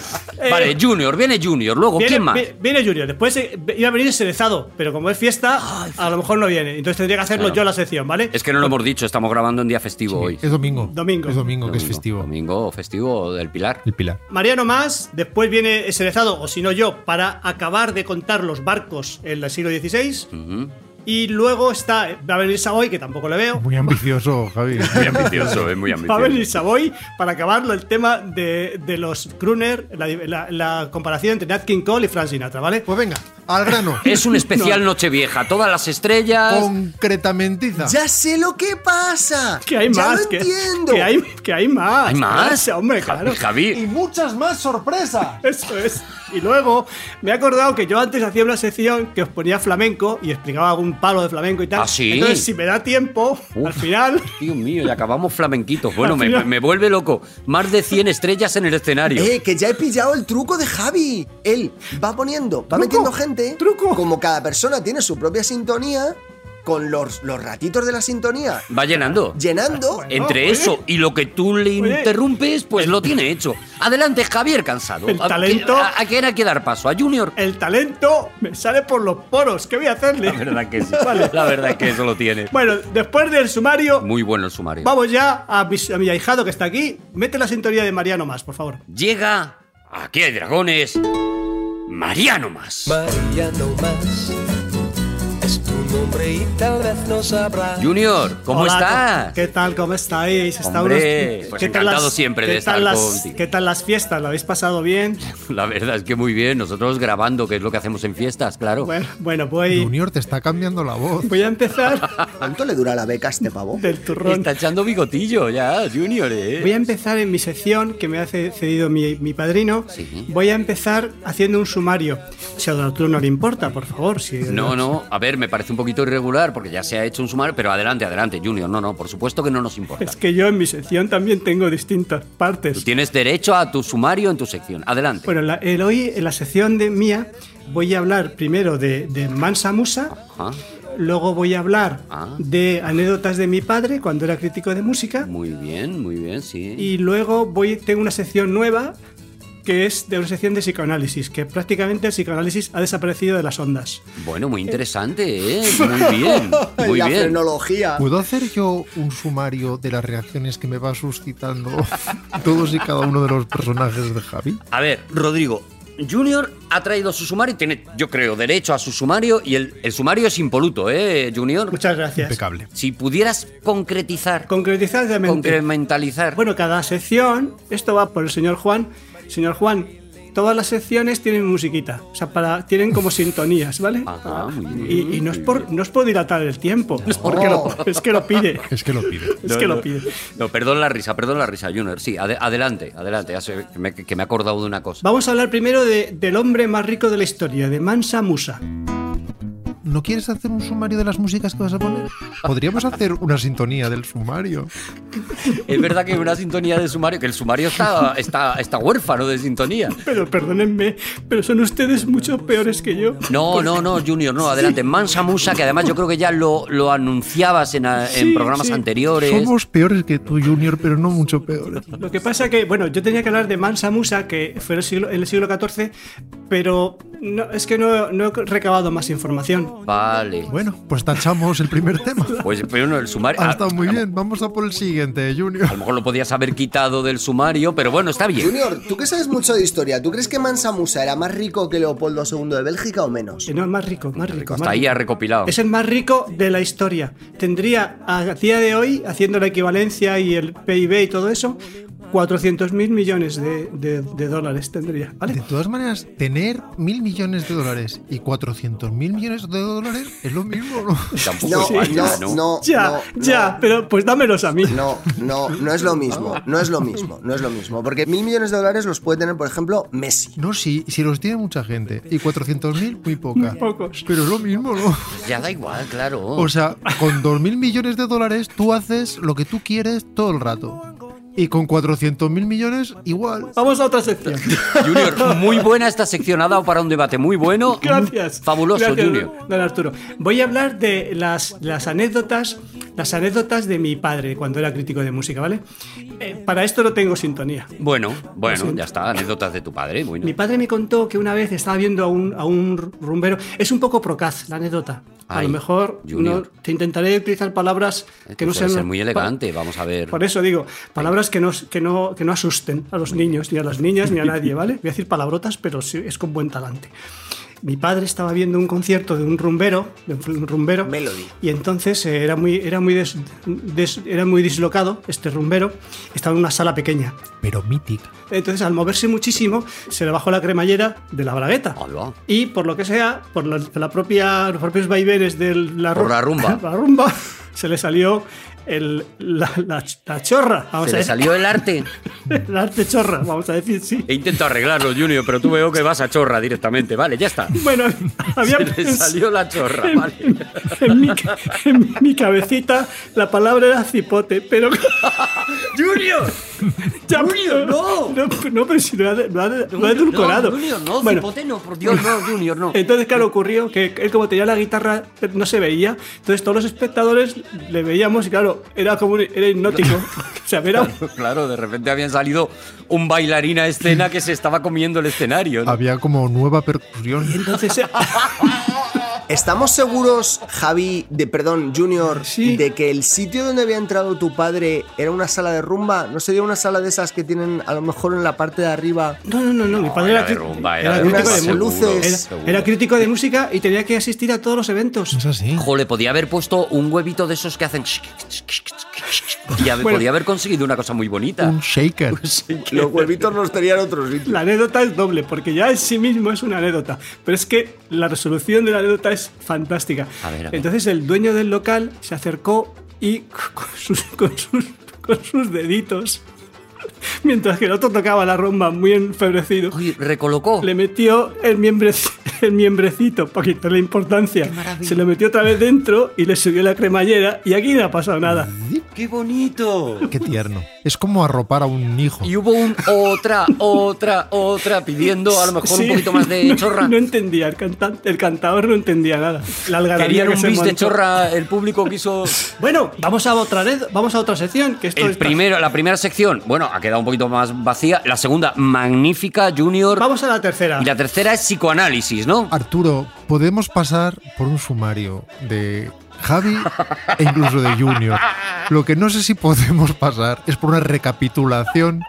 Speaker 6: eh,
Speaker 4: Vale, Junior, viene Junior. Luego,
Speaker 6: Viene,
Speaker 4: ¿quién más?
Speaker 6: vi- viene Junior, después eh, iba a venir Cerezado, pero como es fiesta, a lo mejor no viene. Entonces tendría que hacerlo
Speaker 4: Claro.
Speaker 6: yo la sección, ¿vale?
Speaker 4: Es que no lo hemos dicho, estamos grabando en día festivo hoy.
Speaker 5: Es domingo.
Speaker 6: Domingo.
Speaker 5: Es domingo, que es festivo.
Speaker 4: Domingo festivo del Pilar.
Speaker 5: El Pilar.
Speaker 6: Mariano más, después viene Cerezado, o si no yo, para acabar de contar los barcos en el siglo XVI.
Speaker 4: Ujú.
Speaker 6: Y luego está, va a venir Savoy, que tampoco le veo.
Speaker 5: Muy ambicioso, Javi.
Speaker 4: Muy ambicioso, es muy
Speaker 6: Va a venir
Speaker 4: ambicioso.
Speaker 6: Savoy para acabarlo el tema de, de los crooner, la, la- la comparación entre Nat King Cole y Frank Sinatra, ¿vale?
Speaker 5: Pues venga, al grano.
Speaker 4: Es un especial Nochevieja. Todas las estrellas.
Speaker 5: Concretamentiza.
Speaker 3: Ya sé lo que
Speaker 4: Ah,
Speaker 3: pasa.
Speaker 6: Que hay
Speaker 3: ya
Speaker 6: más,
Speaker 3: Lo
Speaker 6: que,
Speaker 3: entiendo.
Speaker 6: que hay, que hay más.
Speaker 4: ¿Hay más?
Speaker 6: Gracias, hombre,
Speaker 4: Ja-
Speaker 6: claro.
Speaker 4: Javi.
Speaker 5: muchas más sorpresas.
Speaker 6: Eso es. Y luego me he acordado que yo antes hacía una sección que os ponía flamenco y explicaba algún palo de flamenco y tal.
Speaker 4: ¿Ah, sí?
Speaker 6: Entonces, si me da tiempo,
Speaker 4: Uf.
Speaker 6: al final.
Speaker 4: Dios mío, y acabamos flamenquitos. Bueno, me,
Speaker 6: final-
Speaker 4: me vuelve loco. Más de 100 estrellas en el escenario.
Speaker 3: Eh, que ya he pillado el truco de Javi. Él va poniendo, va metiendo gente.
Speaker 6: truco.
Speaker 3: Como cada persona tiene su propia sintonía, con los, los ratitos de la sintonía
Speaker 4: Va llenando.
Speaker 6: Ah,
Speaker 3: llenando.
Speaker 4: Entre
Speaker 6: oye.
Speaker 4: eso y lo que tú le
Speaker 6: Oye.
Speaker 4: interrumpes, pues lo tiene hecho. Adelante, Javier Cansado.
Speaker 6: El
Speaker 4: ¿A-
Speaker 6: talento-
Speaker 4: ¿A, a quién hay que dar paso? ¿A Junior?
Speaker 6: El talento me sale por los poros. ¿Qué voy a hacerle?
Speaker 4: La verdad que sí. La verdad que eso lo tiene.
Speaker 6: Bueno, después del sumario,
Speaker 4: Muy bueno el sumario.
Speaker 6: vamos ya a mi, a mi ahijado que está aquí. Mete la sintonía de Mariano más, por favor.
Speaker 4: Llega, aquí hay dragones, Mariano Más.
Speaker 9: Mariano más es tu nombre y tal vez no sabrás.
Speaker 4: Junior, ¿cómo
Speaker 6: Hola,
Speaker 4: estás?
Speaker 6: ¿Qué tal? ¿Cómo estáis? Está
Speaker 4: Hombre, pues encantado siempre de
Speaker 6: qué tal
Speaker 4: estar
Speaker 6: las-
Speaker 4: contigo.
Speaker 6: ¿Qué tal las fiestas? ¿Lo habéis pasado bien?
Speaker 4: La verdad es que muy bien. Nosotros grabando, que es lo que hacemos en fiestas, claro.
Speaker 6: Bueno, bueno voy,
Speaker 5: Junior te está cambiando la voz.
Speaker 6: voy a empezar
Speaker 3: ¿Cuánto le dura la beca a este pavo?
Speaker 6: del turrón.
Speaker 4: Está echando bigotillo ya, Junior, ¿eh?
Speaker 6: Voy a empezar en mi sección que me ha ce- cedido mi, mi padrino.
Speaker 4: Sí.
Speaker 6: Voy a empezar haciendo un sumario. Si a Don Arturo no le importa, por favor. Si
Speaker 4: No, no, a ver, me parece un poquito irregular porque ya se ha hecho un sumario, pero adelante, adelante, Junior. No, no, por supuesto que no nos importa.
Speaker 6: Es que yo en mi sección también tengo distintas
Speaker 4: Tú
Speaker 6: partes.
Speaker 4: tienes derecho a tu sumario en tu sección. Adelante.
Speaker 6: Bueno, la- el hoy, en la sección de mía, voy a hablar primero de, de Mansa Musa,
Speaker 4: Ah,
Speaker 6: luego voy a hablar
Speaker 4: Ah.
Speaker 6: de anécdotas de mi padre cuando era crítico de música
Speaker 4: muy bien, muy bien, sí.
Speaker 6: y luego voy tengo una sección nueva que es de una sección de psicoanálisis, que prácticamente el psicoanálisis ha desaparecido de las ondas.
Speaker 4: Bueno, muy interesante, ¿eh? Muy bien, muy
Speaker 3: la
Speaker 4: bien.
Speaker 3: frenología.
Speaker 5: ¿Puedo hacer yo un sumario de las reacciones que me va suscitando todos y cada uno de los personajes de Javi?
Speaker 4: A ver, Rodrigo, Junior ha traído su sumario, tiene, yo creo, derecho a su sumario y el, el sumario es impoluto, ¿eh, Junior?
Speaker 6: Muchas gracias.
Speaker 5: Impecable.
Speaker 4: Si pudieras concretizar,
Speaker 6: Concretizadamente,
Speaker 4: concrementalizar.
Speaker 6: Bueno, cada sección, esto va por el señor Juan. Señor Juan, todas las secciones tienen musiquita, o sea, para, tienen como sintonías, ¿vale?
Speaker 4: Ajá, Ah, muy bien. Oh.
Speaker 6: Y, y no, es por, no es por dilatar el tiempo, es, porque lo, es que lo pide.
Speaker 5: Es que lo pide.
Speaker 6: Es que lo pide.
Speaker 4: No, perdón la risa, perdón la risa, Junior. Sí, ade- adelante, adelante, ya sé que me, que me he acordado de una cosa.
Speaker 6: Vamos a hablar primero de- del hombre más rico de la historia, de Mansa Musa.
Speaker 5: ¿No quieres hacer un sumario de las músicas que vas a poner? Podríamos hacer una sintonía del sumario.
Speaker 4: Es verdad que una sintonía de sumario, que el sumario está, está, está huérfano de sintonía.
Speaker 6: Pero perdónenme, pero son ustedes mucho peores que yo.
Speaker 4: No, no, no, Junior, no, adelante. Mansa Musa, que además yo creo que ya lo, lo anunciabas en, a- en
Speaker 6: Sí,
Speaker 4: programas
Speaker 6: sí.
Speaker 4: anteriores.
Speaker 5: Somos peores que tú, Junior, pero no mucho peores.
Speaker 6: Lo que pasa que, bueno, yo tenía que hablar de Mansa Musa, que fue en el siglo, en el siglo XIV, pero no- es que no, no he recabado más información.
Speaker 4: Vale.
Speaker 5: Bueno, pues tachamos el primer tema.
Speaker 4: Pues pero no, el sumario.
Speaker 5: Ha
Speaker 4: a-
Speaker 5: estado muy
Speaker 4: a-
Speaker 5: bien. Vamos a por el siguiente,
Speaker 4: A lo
Speaker 5: Junior.
Speaker 4: mejor lo podías haber quitado del sumario, pero bueno, está bien.
Speaker 3: Junior, tú que sabes mucho de historia, ¿tú crees que Mansa Musa era más rico que Leopoldo II de Bélgica o menos?
Speaker 6: Eh, No, es más rico, más rico.
Speaker 4: Hasta
Speaker 6: más
Speaker 4: ahí
Speaker 6: rico.
Speaker 4: ha recopilado.
Speaker 6: Es el más rico de la historia. Tendría a día de hoy, haciendo la equivalencia y el PIB y todo eso, 400 mil millones de, de- de dólares tendría.
Speaker 5: De
Speaker 6: ¿vale?
Speaker 5: todas maneras, tener mil millones de dólares y cuatrocientos mil millones de dólares es lo mismo, ¿no?
Speaker 4: Tampoco
Speaker 3: No,
Speaker 4: es mal,
Speaker 3: no, no, no.
Speaker 6: este Ya,
Speaker 3: no.
Speaker 6: ya, pero pues dámelos a mí.
Speaker 3: No, no, no es lo mismo,
Speaker 6: Ah.
Speaker 3: no es lo mismo, no es lo mismo. Porque mil millones de dólares los puede tener, por ejemplo, Messi.
Speaker 5: No, sí, si los tiene mucha gente. Y 400.000, muy poca.
Speaker 6: pocos.
Speaker 5: Pero es lo mismo, ¿no?
Speaker 4: Ya da igual, claro.
Speaker 5: O sea, con 2.000 millones de dólares tú haces lo que tú quieres todo el rato. Y con 400.000 millones, igual.
Speaker 6: Vamos a otra sección.
Speaker 4: Junior, muy buena esta sección. Ha dado para un debate muy bueno.
Speaker 6: Gracias.
Speaker 4: Fabuloso,
Speaker 6: Gracias,
Speaker 4: Junior.
Speaker 6: Don Arturo. Voy a hablar de las, las anécdotas. Las anécdotas de mi padre cuando era crítico de música, ¿vale? Eh, para esto no tengo sintonía.
Speaker 4: Bueno, bueno, ya está. Anécdotas de tu padre. Bueno. Eh,
Speaker 6: Mi padre me contó que una vez estaba viendo a un, a un rumbero. Es un poco procaz la anécdota. a
Speaker 4: Ay,
Speaker 6: lo mejor no,
Speaker 4: Junior.
Speaker 6: te intentaré utilizar palabras
Speaker 4: Eh,
Speaker 6: que no
Speaker 4: puede
Speaker 6: sean.
Speaker 4: ser muy elegante, vamos a ver.
Speaker 6: Pa- Por eso digo, palabras que no, que no, que no asusten a los niños, ni a las niñas, ni a nadie, ¿vale? Voy a decir palabrotas, pero sí, es con buen talante. Mi padre estaba viendo un concierto de un rumbero, de un rumbero,
Speaker 3: Melody.
Speaker 6: y entonces eh, era muy, era muy, des- des- era muy dislocado este rumbero. Estaba en una sala pequeña.
Speaker 5: Pero mítica.
Speaker 6: Entonces, al moverse muchísimo, se le bajó la cremallera de la bragueta.
Speaker 4: Ahí Ah, va.
Speaker 6: Y por lo que sea, por la, la propia, los propios vaivenes de la,
Speaker 4: Por
Speaker 6: ru-
Speaker 4: la rumba.
Speaker 6: la rumba, se le salió el- la, la- la chorra. Vamos
Speaker 4: Se
Speaker 6: a
Speaker 4: le
Speaker 6: decir,
Speaker 4: salió el arte.
Speaker 6: el arte chorra, vamos a decir, sí.
Speaker 4: He intentado arreglarlo, Junior, pero tú veo que vas a chorra directamente. Vale, ya está.
Speaker 6: Bueno, había
Speaker 4: Se le
Speaker 6: pens-
Speaker 4: salió la chorra,
Speaker 6: en,
Speaker 4: vale.
Speaker 6: en- en mi, ca- en mi cabecita la palabra era cipote, pero
Speaker 4: ¡Junior!
Speaker 6: ya-
Speaker 4: Junior, no.
Speaker 6: no, no, pero si lo ha, de- lo ha de- lo ha edulcorado.
Speaker 4: No, Junior, no,
Speaker 6: Bueno,
Speaker 4: cipote no, por Dios, no, Junior, no.
Speaker 6: Entonces, claro, ocurrió que él como tenía la guitarra no se veía, entonces todos los espectadores le veíamos y claro, era como un- era hipnótico. o sea, era,
Speaker 4: Claro, de repente habían salido un bailarín a escena que se estaba comiendo el escenario. ¿no?
Speaker 5: Había como nueva percusión.
Speaker 6: entonces eh,
Speaker 3: ¿Estamos seguros, Javi, de perdón, Junior,
Speaker 6: Sí.
Speaker 3: de que el sitio donde había entrado tu padre era una sala de rumba? ¿No sería una sala de esas que tienen a lo mejor en la parte de arriba?
Speaker 6: no, no, no, no, mi padre
Speaker 4: era
Speaker 6: era,
Speaker 4: de
Speaker 6: cri-
Speaker 4: rumba,
Speaker 6: era
Speaker 4: era de
Speaker 6: crítico
Speaker 3: rumba,
Speaker 6: de mu-
Speaker 3: seguro,
Speaker 6: era-
Speaker 4: seguro.
Speaker 6: era crítico de música y tenía que asistir a todos los eventos.
Speaker 5: Es así.
Speaker 4: Ojo, le podía haber puesto un huevito de esos que hacen. Y hab-
Speaker 6: Bueno.
Speaker 4: podía haber conseguido una cosa muy bonita.
Speaker 5: Un shaker.
Speaker 3: Los huevitos los tenían otros
Speaker 6: La anécdota es doble, porque ya en sí mismo es una anécdota, pero es que la resolución de la anécdota es fantástica.
Speaker 4: A ver, a ver.
Speaker 6: Entonces el dueño del local se acercó y con sus, con sus, con sus deditos, mientras que el otro tocaba la rumba muy enfebrecido,
Speaker 4: Uy, recolocó.
Speaker 6: le metió el, miembrec- el miembrecito para quitarle importancia. Se lo metió otra vez dentro y le subió la cremallera y aquí no ha pasado nada.
Speaker 4: ¡Qué bonito!
Speaker 5: Qué tierno. Es como arropar a un hijo.
Speaker 4: Y hubo un otra, otra, otra pidiendo a lo mejor
Speaker 6: Sí.
Speaker 4: un poquito más de chorra.
Speaker 6: No entendía, el, cantante, el cantador no entendía nada. La algarabía
Speaker 4: Querían
Speaker 6: que
Speaker 4: un
Speaker 6: se
Speaker 4: bis de
Speaker 6: montó.
Speaker 4: chorra, el público quiso.
Speaker 6: Bueno, vamos a otra vez, vamos a otra sección. Que esto
Speaker 4: El
Speaker 6: está-
Speaker 4: primero, la primera sección, bueno, ha quedado un poquito más vacía. La segunda, magnífica, Junior.
Speaker 6: Vamos a la tercera.
Speaker 4: Y la tercera es psicoanálisis, ¿no?
Speaker 5: Arturo, podemos pasar por un sumario de Javi e incluso de Junior. Lo que no sé si podemos pasar es por una recapitulación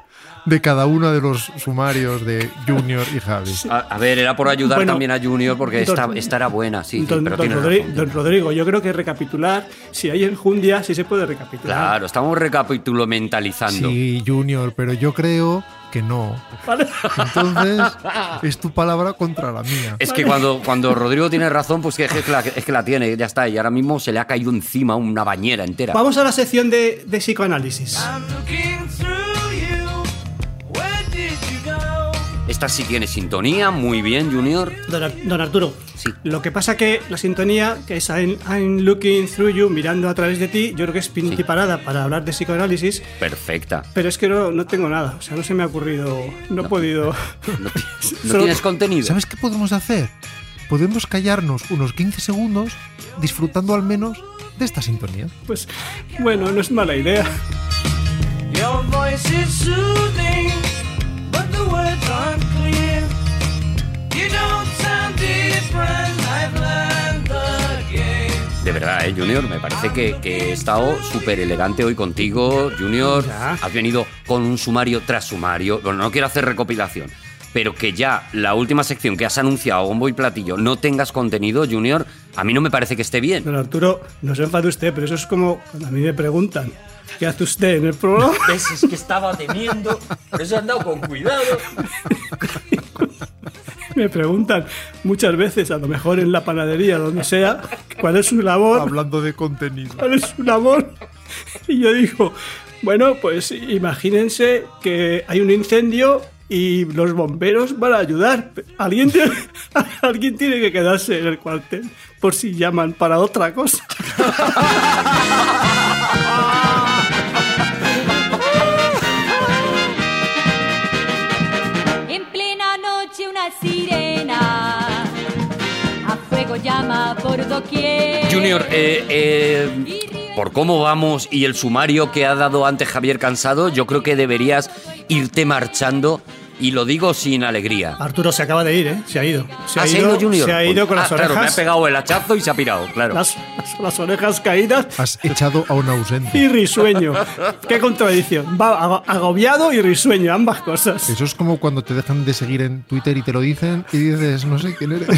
Speaker 5: de cada uno de los sumarios de Junior y Javi.
Speaker 4: A, a ver, era por ayudar
Speaker 6: Bueno,
Speaker 4: también a Junior porque esta,
Speaker 6: don-
Speaker 4: esta era buena, sí, sí,
Speaker 6: don,
Speaker 4: pero
Speaker 6: don
Speaker 4: tiene
Speaker 6: Rodri-
Speaker 4: razón.
Speaker 6: don Rodrigo, yo creo que recapitular, si hay enjundia, sí se puede recapitular.
Speaker 4: Claro, estamos recapitulomentalizando.
Speaker 5: Sí, Junior, pero yo creo que no.
Speaker 6: Vale.
Speaker 5: Entonces, es tu palabra contra la mía.
Speaker 4: Es que cuando, cuando Rodrigo tiene razón, pues que es, que la, es que la tiene, ya está. Y ahora mismo se le ha caído encima una bañera entera.
Speaker 6: Vamos a la sección de, de psicoanálisis.
Speaker 4: Ah. Esta sí tiene sintonía, muy bien, Junior.
Speaker 6: Don, Ar- don Arturo,
Speaker 4: Sí.
Speaker 6: lo que pasa que la sintonía, que es I'm, I'm looking through you, mirando a través de ti, yo creo que es pinti parada para hablar de psicoanálisis,
Speaker 4: Perfecta.
Speaker 6: pero es que no, no tengo nada, o sea, no se me ha ocurrido, no, he podido...
Speaker 4: No, ti- no
Speaker 6: Solo-
Speaker 4: tienes contenido.
Speaker 5: ¿Sabes qué podemos hacer? Podemos callarnos unos 15 segundos disfrutando al menos de esta sintonía.
Speaker 6: Pues bueno, no es mala idea.
Speaker 9: Your voice is soothing, but the words aren't clear. You don't sound different, I've learned the game.
Speaker 4: De verdad, ¿eh, Junior, me parece que, que he estado súper elegante hoy contigo, Junior.
Speaker 6: Ya.
Speaker 4: Has venido con un sumario tras sumario. Bueno, no quiero hacer recopilación, pero que ya la última sección que has anunciado, bombo y platillo, no tengas contenido, Junior, a mí no me parece que esté bien.
Speaker 6: Don Arturo, no se enfade usted, pero eso es como cuando a mí me preguntan, ¿qué hace usted en el programa?
Speaker 4: ¿Ves? Pues Es que estaba temiendo, por eso he andado con cuidado.
Speaker 6: me preguntan muchas veces, a lo mejor en la panadería, donde sea, cuál es su labor.
Speaker 5: Hablando de contenido.
Speaker 6: ¿Cuál es un amor? Y yo digo, bueno, pues imagínense que hay un incendio y los bomberos van a ayudar. Alguien tiene, alguien tiene que quedarse en el cuartel por si llaman para otra cosa.
Speaker 10: En plena noche una sirena a fuego llama por doquier.
Speaker 4: Junior, eh, eh, por cómo vamos y el sumario que ha dado antes Javier Cansado, yo creo que deberías irte marchando y lo digo sin alegría.
Speaker 6: Arturo se acaba de ir, ¿eh? Se ha ido. Se
Speaker 4: ¿Ah,
Speaker 6: ha
Speaker 4: se
Speaker 6: ido,
Speaker 4: Junior?
Speaker 6: se ha ido con
Speaker 4: Ah,
Speaker 6: las
Speaker 4: Claro, me ha
Speaker 6: orejas.
Speaker 4: pegado el hachazo y se ha pirado, claro.
Speaker 6: las, las- las orejas caídas
Speaker 5: Has echado a un
Speaker 6: y
Speaker 5: ausente.
Speaker 6: risueño. Qué contradicción. Va ago- agobiado y risueño, ambas cosas.
Speaker 5: Eso es como cuando te dejan de seguir en Twitter y te lo dicen y dices, no sé quién eres.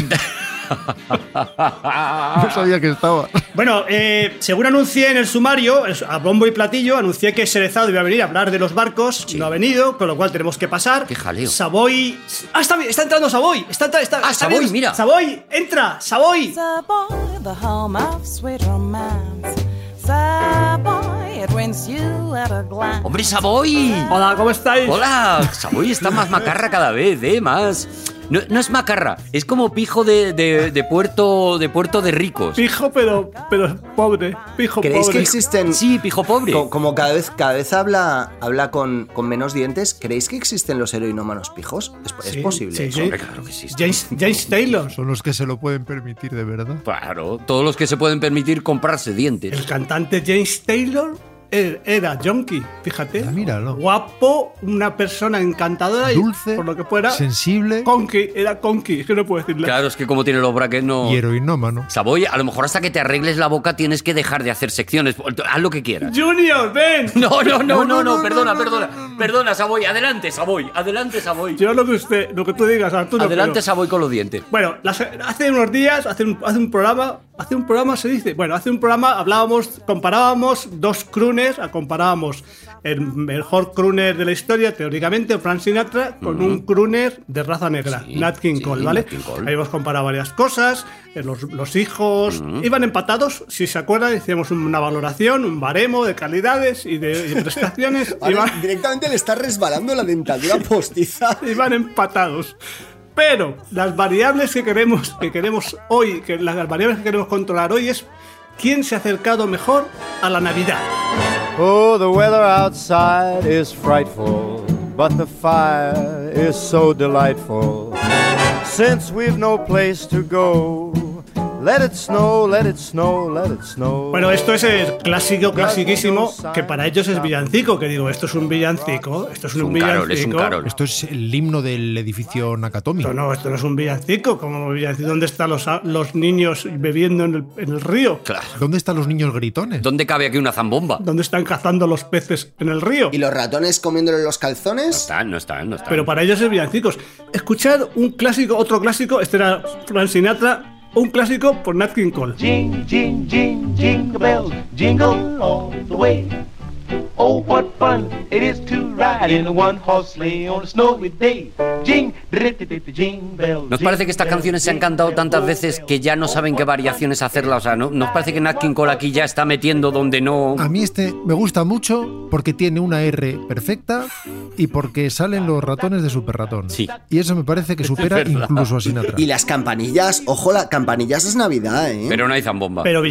Speaker 5: No sabía que estaba.
Speaker 6: Bueno, eh, según anuncié en el sumario, es- a bombo y platillo, anuncié que Serezado iba a venir a hablar de los barcos. No ha venido, con lo cual tenemos que pasar.
Speaker 4: Qué jaleo.
Speaker 6: Savoy. ¡Ah, está, está entrando Savoy! Está, entra- está,
Speaker 4: Ah,
Speaker 6: está
Speaker 4: Savoy,
Speaker 6: bien.
Speaker 4: mira.
Speaker 6: ¡Savoy! ¡Entra! ¡Savoy!
Speaker 7: Savoy, the home of sweet romance. Savoy, it wins you at a glance.
Speaker 4: ¡Hombre, Savoy!
Speaker 6: Hola, ¿cómo estáis?
Speaker 4: ¡Hola! Savoy está más macarra cada vez, ¿eh? Más. No, no es macarra, es como pijo de, de- de puerto, de puerto de ricos.
Speaker 6: Pijo, pero, pero pobre. Pijo,
Speaker 4: ¿Creéis
Speaker 6: pobre.
Speaker 4: que
Speaker 3: Existen-
Speaker 4: Sí, pijo pobre.
Speaker 3: Co- como cada vez, cada vez habla, habla con, con menos dientes, ¿creéis que existen los heroinómanos pijos? ¿Es, es
Speaker 6: Sí,
Speaker 3: posible?
Speaker 6: sí,
Speaker 3: eso?
Speaker 6: sí.
Speaker 4: Hombre, claro que sí.
Speaker 6: James, James Taylor,
Speaker 5: Son los que se lo pueden permitir de verdad.
Speaker 4: Claro, todos los que se pueden permitir comprarse dientes.
Speaker 6: el cantante James Taylor. er- Era junkie, fíjate.
Speaker 5: Ah, míralo.
Speaker 6: Guapo, una persona encantadora y
Speaker 5: Dulce,
Speaker 6: por lo que fuera.
Speaker 5: sensible
Speaker 6: Conky, era Conky, es que no puedo decirle.
Speaker 4: Claro, es que como tiene los brackets no.
Speaker 5: y heroinómano.
Speaker 4: Savoy, a lo mejor hasta que te arregles la boca tienes que dejar de hacer secciones. Haz lo que quieras.
Speaker 6: Junior, ven.
Speaker 4: No, no, no, no, no,
Speaker 5: no,
Speaker 4: perdona,
Speaker 5: no,
Speaker 4: perdona.
Speaker 5: no, no, no.
Speaker 4: Perdona, Savoy, adelante, Savoy, adelante, Savoy.
Speaker 6: Yo lo que usted, lo que tú digas, Arturo.
Speaker 4: Adelante,
Speaker 6: pero-
Speaker 4: Savoy con los dientes.
Speaker 6: Bueno, las- hace unos días, hace un, hace un programa, hace un programa se dice, bueno, hace un programa hablábamos, comparábamos dos crooners, ah, comparábamos el mejor crooner de la historia, teóricamente, Frank Sinatra, con un crooner de raza negra,
Speaker 4: Sí,
Speaker 6: Nat King
Speaker 4: sí,
Speaker 6: Cole, ¿vale?
Speaker 4: Nat King Cole.
Speaker 6: Ahí hemos comparado varias cosas, eh, los, los hijos, iban empatados, si se acuerdan, hicimos una valoración, un baremo de calidades y de, y de prestaciones,
Speaker 3: Ahora
Speaker 6: iban-
Speaker 3: directamente le está resbalando la dentadura postiza.
Speaker 6: iban empatados. Pero las variables que queremos, que queremos hoy, que las variables que queremos controlar hoy es quién se ha acercado mejor a la Navidad.
Speaker 11: Oh, the weather outside is frightful, but the fire is so delightful. Since we've no place to go, let it snow, let it snow, let it snow.
Speaker 6: Bueno, esto es el clásico, clasiquísimo, que para ellos es villancico, que digo, esto es un villancico, esto es un, villancico.
Speaker 5: Esto es el himno del edificio Nakatomi.
Speaker 6: Esto no, esto no es un villancico, como villancico, ¿dónde están los, los niños bebiendo en el, en el río?
Speaker 5: ¿Dónde están los niños gritones?
Speaker 4: ¿Dónde cabe aquí una zambomba?
Speaker 6: ¿Dónde están cazando los peces en el río?
Speaker 3: ¿Y los ratones comiéndole los
Speaker 4: No
Speaker 3: calzones?
Speaker 4: están, no están, no están.
Speaker 6: Pero para ellos es villancicos. Escuchad un clásico, otro clásico, este era Frank Sinatra, un clásico por Nat King Cole.
Speaker 9: Jing, jing, jing, jingle bells, jingle all the way. Oh, what fun it is to ride in a one-horse sleigh on a snowy day. Jing, jing bells.
Speaker 4: ¿Nos parece que estas canciones se han cantado tantas veces que ya no saben qué variaciones hacerlas? O sea, ¿no? ¿nos parece que Nat King Cole aquí ya está metiendo donde no...?
Speaker 5: A mí este me gusta mucho porque tiene una R perfecta y porque salen los ratones de Super Ratón.
Speaker 4: Sí.
Speaker 5: Y eso me parece que supera
Speaker 4: verdad.
Speaker 5: incluso a Sinatra.
Speaker 3: Y las campanillas, ojo, las campanillas es Navidad, ¿eh?
Speaker 4: Pero no hay zambomba.
Speaker 6: Pero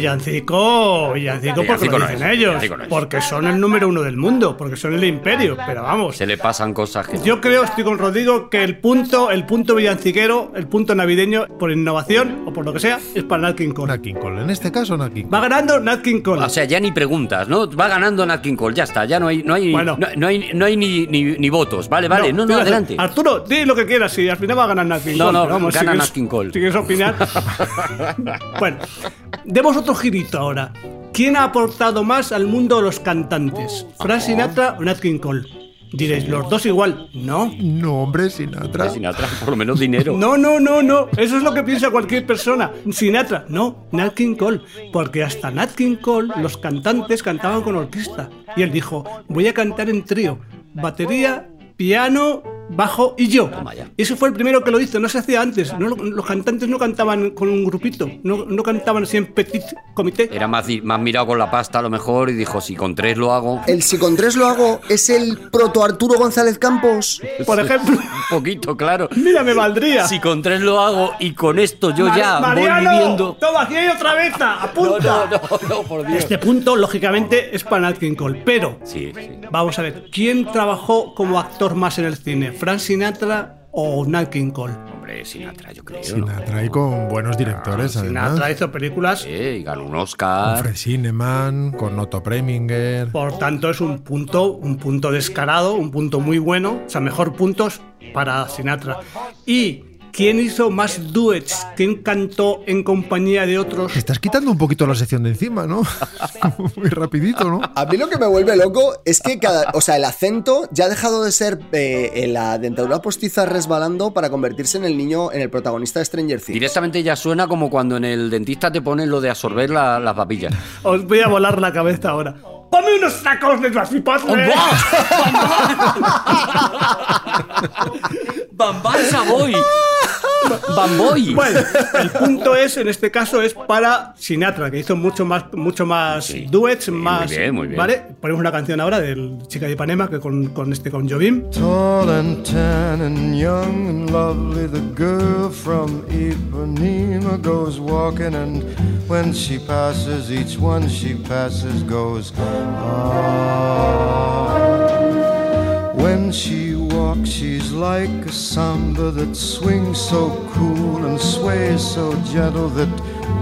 Speaker 6: villancico, villancico porque
Speaker 4: Villancico
Speaker 6: lo
Speaker 4: no
Speaker 6: dicen
Speaker 4: es,
Speaker 6: ellos,
Speaker 4: villancico no es.
Speaker 6: porque son el número uno del mundo, porque son el imperio, pero vamos.
Speaker 4: Se le pasan cosas que...
Speaker 6: Yo creo, estoy con Rodrigo, que el punto, el punto villanciquero, el punto navideño, por innovación o por lo que sea, es para Nat King Cole.
Speaker 5: Nat King Cole. En este caso, Nat King Cole.
Speaker 6: Va ganando Nat King Cole.
Speaker 4: O sea, ya ni preguntas, ¿no? Va ganando Nat King Cole, ya está, ya no hay, no hay,
Speaker 6: Bueno.
Speaker 4: no, no hay, no hay ni, ni- ni votos. Vale, vale, no, no,
Speaker 6: fíjate,
Speaker 4: adelante.
Speaker 6: Arturo, di lo que quieras y al final va a ganar Nat King
Speaker 4: No,
Speaker 6: Cole.
Speaker 4: no,
Speaker 6: pero vamos,
Speaker 4: gana
Speaker 6: si quieres-
Speaker 4: Nat King Cole.
Speaker 6: Si quieres opinar. bueno, demos otro girito ahora. ¿Quién ha aportado más al mundo de los cantantes?
Speaker 4: Ah.
Speaker 6: ¿Frank Sinatra o Nat King Cole? Diréis, los dos igual. No.
Speaker 5: No, hombre, Sinatra.
Speaker 4: Sinatra, por lo menos dinero.
Speaker 6: No, no, no, no. Eso es lo que piensa cualquier persona. Sinatra, no, Nat King Cole. Porque hasta Nat King Cole, los cantantes cantaban con orquesta. Y él dijo, voy a cantar en trío. Batería, piano, bajo y yo.
Speaker 4: ya.
Speaker 6: Y ese fue el primero que lo hizo, no se hacía antes. No lo- los cantantes no cantaban con un grupito, no, no cantaban así en petit comité.
Speaker 4: Era más, di- más mirado con la pasta a lo mejor y dijo, si con tres lo hago,
Speaker 3: El si con tres lo hago es el proto Arturo González Campos.
Speaker 6: Por ejemplo,
Speaker 4: un poquito, claro.
Speaker 6: mira, me valdría.
Speaker 4: Si con tres lo hago y con esto yo
Speaker 6: Mari-
Speaker 4: ya
Speaker 6: Mariano,
Speaker 4: voy viviendo...
Speaker 6: toma, aquí hay otra beta,
Speaker 4: No,
Speaker 6: apunta.
Speaker 4: no, no, no, por Dios.
Speaker 6: Este punto, lógicamente, es para Nat King Cole, pero
Speaker 4: Sí, sí.
Speaker 6: Vamos a ver, ¿quién trabajó como actor más en el cine? ¿Frank Sinatra o Nat King Cole?
Speaker 4: Hombre, Sinatra, yo creo. ¿no?
Speaker 5: Sinatra y con buenos directores,
Speaker 4: Ah,
Speaker 6: Sinatra
Speaker 5: además.
Speaker 6: hizo películas,
Speaker 4: Sí, y ganó un
Speaker 5: Con
Speaker 4: Oscar.
Speaker 5: Fred Cineman, con Otto Preminger.
Speaker 6: por tanto es un punto, un punto descarado, un punto muy bueno, o sea, mejor puntos para Sinatra. ¿Y quién hizo más duets? ¿Quién cantó en compañía de otros?
Speaker 5: Te estás quitando un poquito la sección de encima, ¿no? Muy rapidito, ¿no?
Speaker 3: A mí lo que me vuelve loco es que cada, o sea, el acento ya ha dejado de ser eh, en la dentadura postiza resbalando para convertirse en el niño, en el protagonista de Stranger Things.
Speaker 4: Directamente ya suena como cuando en el dentista te ponen lo de absorber la- las papillas.
Speaker 6: Os voy a volar la cabeza ahora. ¡Ponme unos tacos de Rasipazle!
Speaker 4: ¡Bambán Saboy! ¡Bamboy!
Speaker 6: Bueno, el punto es, en este caso, es para Sinatra, que hizo mucho más, mucho más duets, más.
Speaker 4: muy bien, muy bien.
Speaker 6: ¿Vale? Ponemos una canción ahora del Chica de Ipanema, que con, con este, con Jovim.
Speaker 11: Tall and tan and young and lovely, the girl from Ipanema goes walking, and when she passes, each one she passes goes ah. When she walks, she's like a samba that swings so cool and sways so gentle that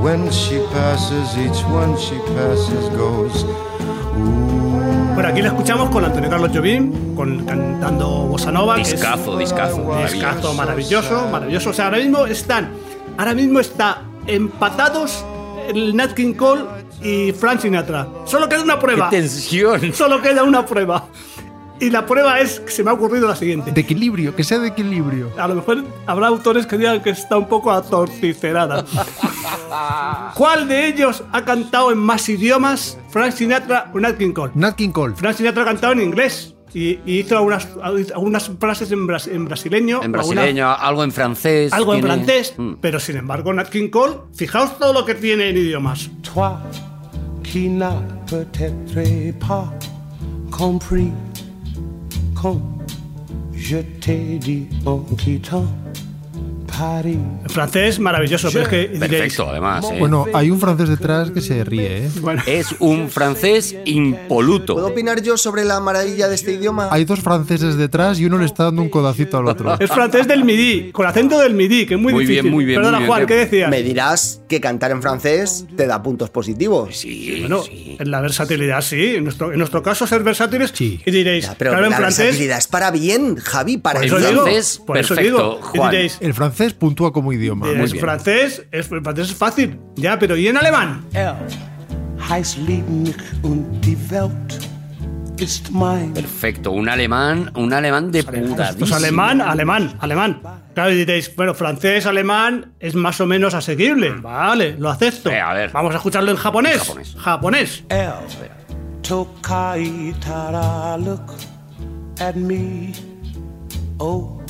Speaker 11: when she passes, each one she passes goes ooh.
Speaker 6: Bueno, aquí la escuchamos con Antonio Carlos Jovim, con, cantando Bossa Nova. que es-
Speaker 4: Discazo, discazo.
Speaker 6: Discazo maravilloso, maravilloso. O sea, ahora mismo están. Ahora mismo está empatados el Nat King Cole y Frank Sinatra. Solo queda una
Speaker 4: ¡Qué
Speaker 6: prueba.
Speaker 4: tensión!
Speaker 6: Solo queda una prueba. Y la prueba es que se me ha ocurrido la siguiente.
Speaker 5: De equilibrio, que sea de equilibrio.
Speaker 6: A lo mejor habrá autores que digan que está un poco atorticerada. ¿Cuál de ellos ha cantado en más idiomas Frank Sinatra o Nat King Cole?
Speaker 5: Nat King Cole.
Speaker 6: Frank Sinatra ha cantado en inglés y, y hizo algunas, algunas frases en, bras- en brasileño.
Speaker 4: En
Speaker 6: alguna-
Speaker 4: brasileño, algo en francés.
Speaker 6: algo en
Speaker 4: tiene-
Speaker 6: francés,
Speaker 4: Mm.
Speaker 6: pero sin embargo Nat King Cole, fijaos todo lo que tiene en idiomas.
Speaker 8: Toi qui n'as peut-être pas compris quand je t'ai dit en quittant
Speaker 6: El francés maravilloso, pero es que diréis,
Speaker 4: Perfecto, además. ¿eh?
Speaker 5: Bueno, hay un francés detrás que se ríe, ¿eh?
Speaker 4: Es un francés
Speaker 3: ¿Puedo
Speaker 4: impoluto.
Speaker 3: opinar yo sobre la maravilla de este idioma?
Speaker 5: Hay dos franceses detrás y uno le está dando un codacito al otro.
Speaker 6: es francés del midi, con acento del midi, que es muy,
Speaker 4: Muy bien,
Speaker 6: difícil.
Speaker 4: muy bien,
Speaker 6: Perdona,
Speaker 4: muy bien,
Speaker 6: Juan,
Speaker 4: que-
Speaker 6: ¿qué decías?
Speaker 3: Me dirás que cantar en francés te da puntos positivos.
Speaker 4: Sí,
Speaker 6: Bueno,
Speaker 4: sí.
Speaker 6: en la versatilidad sí. En nuestro, en nuestro caso, ser versátiles.
Speaker 5: Sí.
Speaker 6: Y diréis,
Speaker 3: Ya, pero
Speaker 6: claro, en
Speaker 3: la
Speaker 6: francés.
Speaker 3: versatilidad es para bien, Javi, para
Speaker 4: Por
Speaker 3: bien.
Speaker 6: Eso digo,
Speaker 4: Pues Francés,
Speaker 6: por eso
Speaker 4: perfecto,
Speaker 6: digo.
Speaker 4: Juan.
Speaker 6: Y diréis,
Speaker 5: El francés puntúa como idioma.
Speaker 6: diréis,
Speaker 4: muy bien.
Speaker 6: francés, es, el francés es fácil. Ya, pero ¿y en alemán?
Speaker 8: Heiß leben mich und die Welt ist mein.
Speaker 4: Perfecto, un alemán, un alemán de
Speaker 6: Pues alemán, alemán, alemán. Claro, y diréis, bueno, francés, alemán es más o menos asequible. Vale, lo acepto.
Speaker 4: Mm. Eh, a ver.
Speaker 6: Vamos a escucharlo en japonés.
Speaker 4: En japonés. Eh.
Speaker 6: Japonés.
Speaker 8: Tokai Tara, look at me. Oh,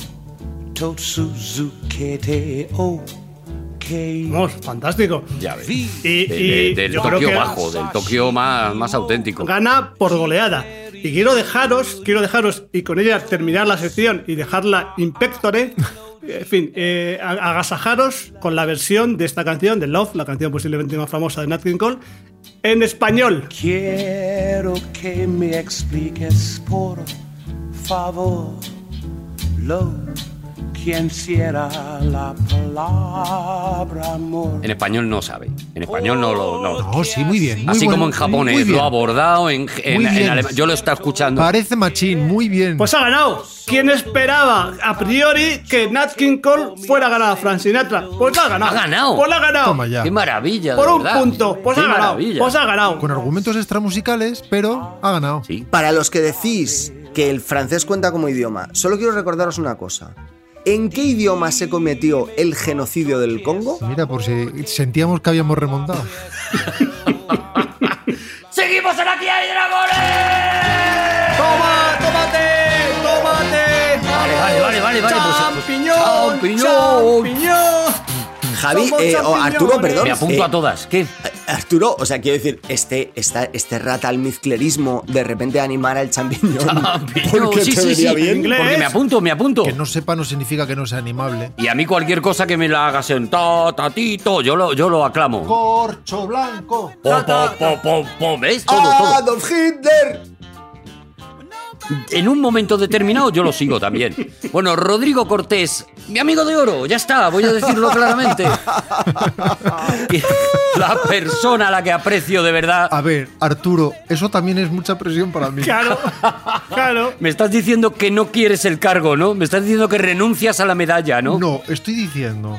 Speaker 8: Totsuzuke te okay.
Speaker 6: Vamos, fantástico.
Speaker 4: Ya ves.
Speaker 6: Y,
Speaker 4: De-
Speaker 6: y
Speaker 4: de- del
Speaker 6: yo creo
Speaker 4: Tokio
Speaker 6: que
Speaker 4: bajo, del Tokio más, más auténtico.
Speaker 6: Gana por goleada. Y quiero dejaros, quiero dejaros, y con ella terminar la sección y dejarla impectore. En fin, eh, a- agasajaros con la versión de esta canción, de Love, la canción posiblemente más famosa de Nat King Cole, en español.
Speaker 8: Quiero que me expliques, por favor, lo que encierra la palabra amor.
Speaker 4: En español no sabe. En español no lo. no.
Speaker 5: No, sí, muy bien. muy
Speaker 4: Así
Speaker 5: bueno,
Speaker 4: como en japonés,
Speaker 5: muy bien.
Speaker 4: lo ha abordado en, en-
Speaker 5: Muy
Speaker 4: en
Speaker 5: bien.
Speaker 4: alemán. Yo lo está escuchando.
Speaker 5: Parece machín, muy bien.
Speaker 6: Pues ha ganado. ¿Quién esperaba a priori que Nat King Cole fuera a ganar a Frank Sinatra? Pues la ha ganado.
Speaker 4: Ha ganado.
Speaker 6: Pues la ha ganado.
Speaker 5: Toma ya.
Speaker 4: ¡Qué maravilla! de
Speaker 6: Por un
Speaker 4: verdad.
Speaker 6: punto. Pues
Speaker 4: ¡Qué
Speaker 6: ha ganado.
Speaker 4: maravilla!
Speaker 6: Pues ha ganado.
Speaker 5: Con argumentos extramusicales, pero ha ganado.
Speaker 4: Sí.
Speaker 3: Para los que decís que el francés cuenta como idioma, solo quiero recordaros una cosa. ¿En qué idioma se cometió el genocidio del Congo?
Speaker 5: Mira, por si sentíamos que habíamos remontado.
Speaker 2: ¡Seguimos en Aquí hay dragones!
Speaker 6: ¡Toma, tómate! ¡Tómate!
Speaker 4: Vale, vale, vale, vale, vale, pues-
Speaker 6: ¡Champiñón!
Speaker 4: champiñón.
Speaker 6: ¡Champiñón!
Speaker 3: Javi,
Speaker 6: Somos
Speaker 3: eh, o
Speaker 6: champiñones.
Speaker 3: Arturo, perdón.
Speaker 4: Me apunto
Speaker 3: eh,
Speaker 4: a todas. ¿Qué?
Speaker 3: Arturo, o sea, quiero decir, este, esta, este rata al mizclerismo de repente animar al champiñón. Porque
Speaker 4: sí,
Speaker 3: te
Speaker 4: sí,
Speaker 3: venía
Speaker 4: sí.
Speaker 3: bien.
Speaker 6: Inglés.
Speaker 4: Porque me apunto, me apunto.
Speaker 5: Que no sepa no significa que no sea animable.
Speaker 4: Y a mí cualquier cosa que me la hagas en ta, tatito, yo lo, yo lo aclamo. Corcho blanco. Po, po, po, po, po, ¿Ves? Todo, todo.
Speaker 3: ¡Adolf Hitler!
Speaker 4: En un momento determinado yo lo sigo también. Bueno, Rodrigo Cortés, mi amigo de oro, ya está, voy a decirlo claramente. La persona a la que aprecio de verdad.
Speaker 5: A ver, Arturo, eso también es mucha presión para mí.
Speaker 6: Claro, claro.
Speaker 4: Me estás diciendo que no quieres el cargo, ¿no? Me estás diciendo que renuncias a la medalla, ¿no?
Speaker 5: No, estoy diciendo.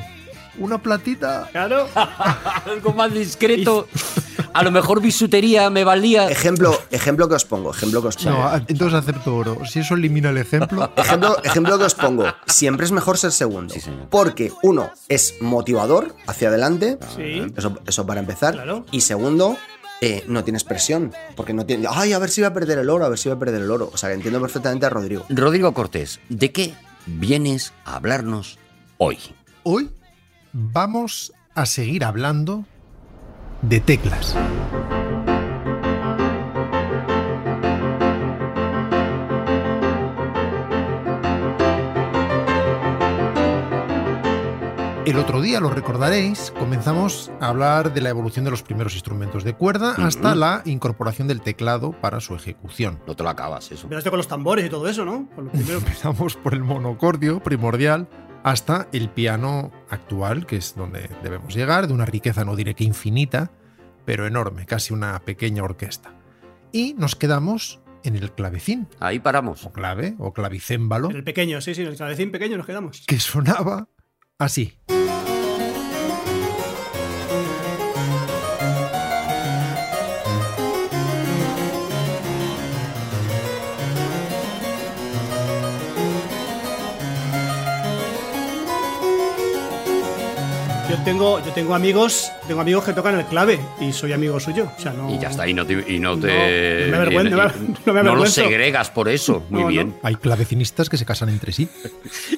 Speaker 5: Una platita.
Speaker 6: Claro,
Speaker 4: Algo más discreto. A lo mejor bisutería me valía.
Speaker 3: Ejemplo, ejemplo que os pongo, ejemplo que os pongo.
Speaker 5: No, a- entonces acepto oro. Si eso elimina el ejemplo.
Speaker 3: Ejemplo, ejemplo que os pongo, siempre es mejor ser segundo. porque uno es motivador hacia adelante,
Speaker 6: Sí.
Speaker 3: eso, eso para empezar,
Speaker 6: Claro.
Speaker 3: y segundo, eh, no tienes presión, porque no tienes, ay, a ver si va a perder el oro, a ver si va a perder el oro. O sea, que entiendo perfectamente a Rodrigo.
Speaker 4: Rodrigo Cortés, ¿de qué vienes a hablarnos hoy?
Speaker 5: Hoy vamos a seguir hablando de teclas. El otro día, lo recordaréis, comenzamos a hablar de la evolución de los primeros instrumentos de cuerda hasta la incorporación del teclado para su ejecución.
Speaker 4: No te lo acabas, eso.
Speaker 6: empezaste con los tambores y todo eso, ¿no? Con lo primero. pues,
Speaker 5: Empezamos por el monocordio primordial hasta el piano actual, que es donde debemos llegar, de una riqueza no diré que infinita, pero enorme, casi una pequeña orquesta. Y nos quedamos en el clavecín,
Speaker 4: Ahí paramos.
Speaker 5: o clave, o clavicémbalo,
Speaker 6: En el pequeño, sí, sí, en el clavecín pequeño nos quedamos.
Speaker 5: que sonaba así.
Speaker 6: Yo tengo, yo tengo amigos, tengo amigos que tocan el clave y soy amigo suyo. O sea, no.
Speaker 4: Y ya está, y no te. Y no,
Speaker 6: No,
Speaker 4: te
Speaker 6: no me avergüen-
Speaker 4: y- y-
Speaker 6: no me- no me
Speaker 4: no lo
Speaker 6: avergüenzo.
Speaker 4: segregas por eso. Muy
Speaker 6: No, no.
Speaker 4: bien.
Speaker 5: Hay clavecinistas que se casan entre sí.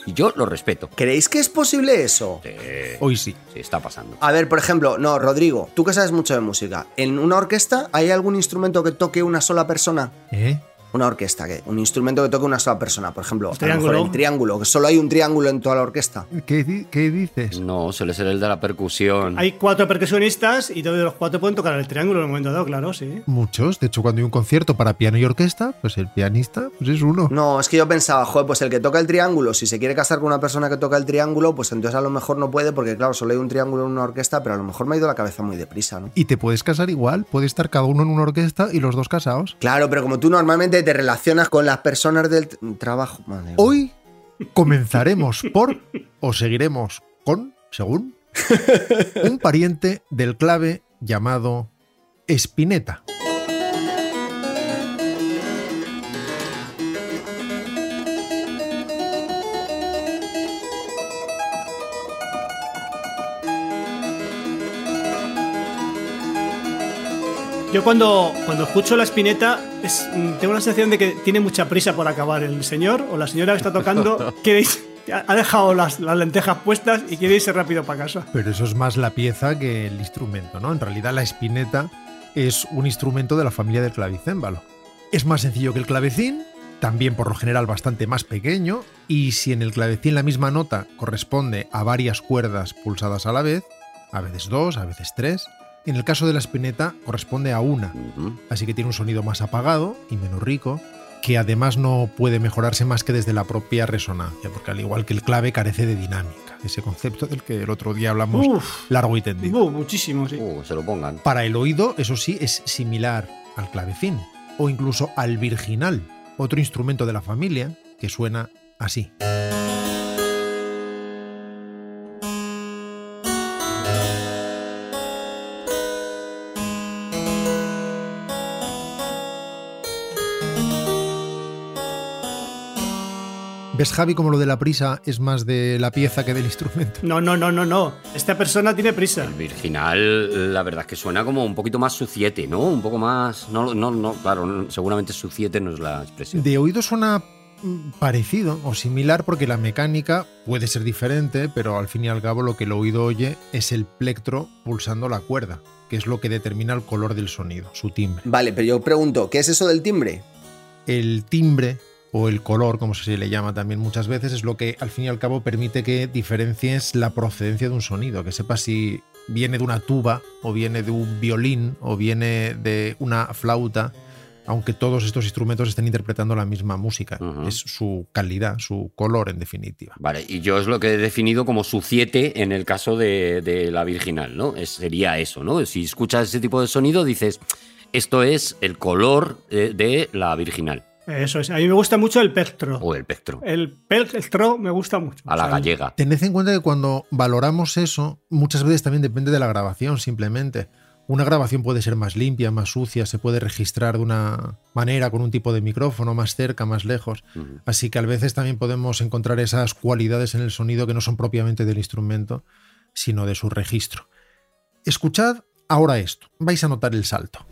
Speaker 4: Y Yo lo respeto.
Speaker 3: ¿Creéis que es posible eso?
Speaker 4: Eh,
Speaker 5: Hoy sí.
Speaker 4: sí, está pasando.
Speaker 3: A ver, por ejemplo, no, Rodrigo, tú que sabes mucho de música, ¿en una orquesta hay algún instrumento que toque una sola persona?
Speaker 5: ¿Eh?
Speaker 3: una orquesta, que, un instrumento que toque una sola persona, por ejemplo. a lo mejor
Speaker 5: triángulo.
Speaker 3: el triángulo, que solo hay un triángulo en toda la orquesta.
Speaker 5: ¿Qué, di- qué dices?
Speaker 4: No, suele ser el de la percusión.
Speaker 6: Hay cuatro percusionistas y todos los cuatro pueden tocar el triángulo en un momento dado, claro, sí.
Speaker 5: Muchos. De hecho, cuando hay un concierto para piano y orquesta, pues el pianista pues es uno.
Speaker 3: No, es que yo pensaba, joder, pues el que toca el triángulo, si se quiere casar con una persona que toca el triángulo, pues entonces a lo mejor no puede, porque claro, solo hay un triángulo en una orquesta, pero a lo mejor me ha ido la cabeza muy deprisa, ¿no?
Speaker 5: Y te puedes casar igual, puede estar cada uno en una orquesta y los dos casados.
Speaker 3: Claro, pero como tú normalmente te relacionas con las personas del t- trabajo. madre mía.
Speaker 5: Hoy comenzaremos por, o seguiremos con, según, un pariente del clave llamado Espineta.
Speaker 6: Yo cuando, cuando escucho la espineta es- mm, tengo la sensación de que tiene mucha prisa por acabar el señor o la señora que está tocando. quiere irse- ha ha dejado las, las lentejas puestas y quiere irse rápido para casa.
Speaker 5: Pero eso es más la pieza que el instrumento, ¿no? En realidad la espineta es un instrumento de la familia del clavicémbalo. Es más sencillo que el clavecín, también por lo general bastante más pequeño, y si en el clavecín la misma nota corresponde a varias cuerdas pulsadas a la vez, a veces dos, a veces tres, en el caso de la espineta corresponde a una, así que tiene un sonido más apagado y menos rico, que además no puede mejorarse más que desde la propia resonancia, porque al igual que el clave carece de dinámica, ese concepto del que el otro día hablamos
Speaker 6: Uf.
Speaker 5: largo y tendido.
Speaker 6: Uh, muchísimo, sí.
Speaker 4: Uh, se lo pongan.
Speaker 5: Para el oído, eso sí, es similar al clavecín o incluso al virginal, otro instrumento de la familia que suena así. ¿Ves, Javi, como lo de la prisa es más de la pieza que del instrumento?
Speaker 6: No, no, no, no, no. Esta persona tiene prisa.
Speaker 4: Virginal, la verdad es que suena como un poquito más suciete, ¿no? Un poco más. No, no, no, claro, no, seguramente suciete no es la expresión.
Speaker 5: De oído suena mm, parecido o similar porque la mecánica puede ser diferente, pero al fin y al cabo lo que el oído oye es el plectro pulsando la cuerda, que es lo que determina el color del sonido, su timbre.
Speaker 3: Vale, pero yo pregunto, ¿qué es eso del timbre?
Speaker 5: El timbre o el color, como se le llama también muchas veces, es lo que al fin y al cabo permite que diferencies la procedencia de un sonido, que sepas si viene de una tuba o viene de un violín o viene de una flauta, aunque todos estos instrumentos estén interpretando la misma música.
Speaker 4: Ujú.
Speaker 5: Es su calidad, su color en definitiva.
Speaker 4: Vale, y yo es lo que he definido como suciete en el caso de, de la virginal, ¿no? Es- sería eso, ¿no? Si escuchas ese tipo de sonido, dices, esto es el color eh, de, la virginal
Speaker 6: Eso es. A mí me gusta mucho el pectro.
Speaker 4: o el pectro,
Speaker 6: El pectro me gusta mucho.
Speaker 4: a la gallega.
Speaker 5: Tened en cuenta que cuando valoramos eso, muchas veces también depende de la grabación, simplemente. Una grabación puede ser más limpia, más sucia, se puede registrar de una manera con un tipo de micrófono, más cerca, más lejos.
Speaker 4: Ujú.
Speaker 5: Así que a veces también podemos encontrar esas cualidades en el sonido que no son propiamente del instrumento, sino de su registro. Escuchad ahora esto, vais a notar el salto.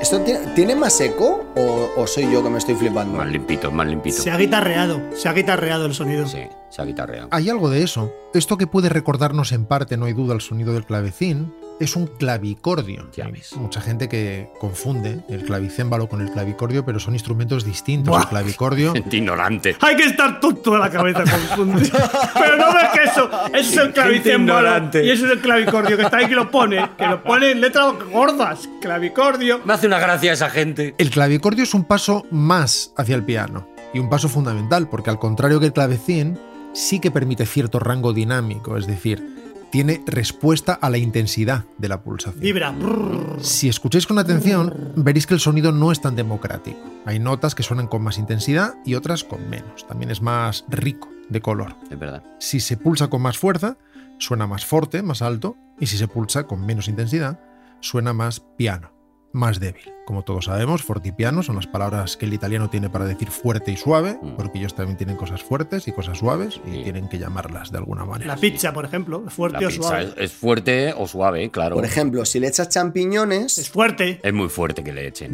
Speaker 3: ¿Esto tiene, tiene más eco o, o soy yo que me estoy flipando?
Speaker 4: Más limpito, más limpito.
Speaker 6: Se ha guitarreado. Se ha guitarreado el sonido.
Speaker 4: Sí, se ha guitarreado.
Speaker 5: Hay algo de eso. Esto que puede recordarnos en parte, no hay duda, el sonido del clavecín, es un clavicordio.
Speaker 4: Ya ves.
Speaker 5: Mucha gente que confunde el clavicémbalo con el clavicordio, pero son instrumentos distintos. El clavicordio
Speaker 4: Gente ignorante.
Speaker 6: Hay que estar tonto de la cabeza confundido. Pero no ves que eso, eso es el clavicémbalo.
Speaker 2: ignorante.
Speaker 6: Y eso es el clavicordio que está ahí que lo pone. Que lo pone en letras gordas. Clavicordio.
Speaker 4: Me hace una gracia esa gente.
Speaker 5: El clavicordio es un paso más hacia el piano y un paso fundamental, porque al contrario que el clavecín, sí que permite cierto rango dinámico, es decir, tiene respuesta a la intensidad de la pulsación.
Speaker 6: Vibra. Brrr.
Speaker 5: Si escucháis con atención, veréis que el sonido no es tan democrático. Hay notas que suenan con más intensidad y otras con menos. También es más rico de color.
Speaker 4: Es verdad.
Speaker 5: Si se pulsa con más fuerza, suena más fuerte, más alto, y si se pulsa con menos intensidad, suena más piano. más débil. Como todos sabemos, fortipiano son las palabras que el italiano tiene para decir fuerte y suave, porque ellos también tienen cosas fuertes y cosas suaves y tienen que llamarlas de alguna manera.
Speaker 6: La pizza, por ejemplo, fuerte
Speaker 4: La
Speaker 6: o
Speaker 4: pizza
Speaker 6: suave.
Speaker 4: es, es fuerte o suave, claro.
Speaker 3: Por ejemplo, si le echas champiñones,
Speaker 6: Es fuerte.
Speaker 4: Es muy fuerte que le echen.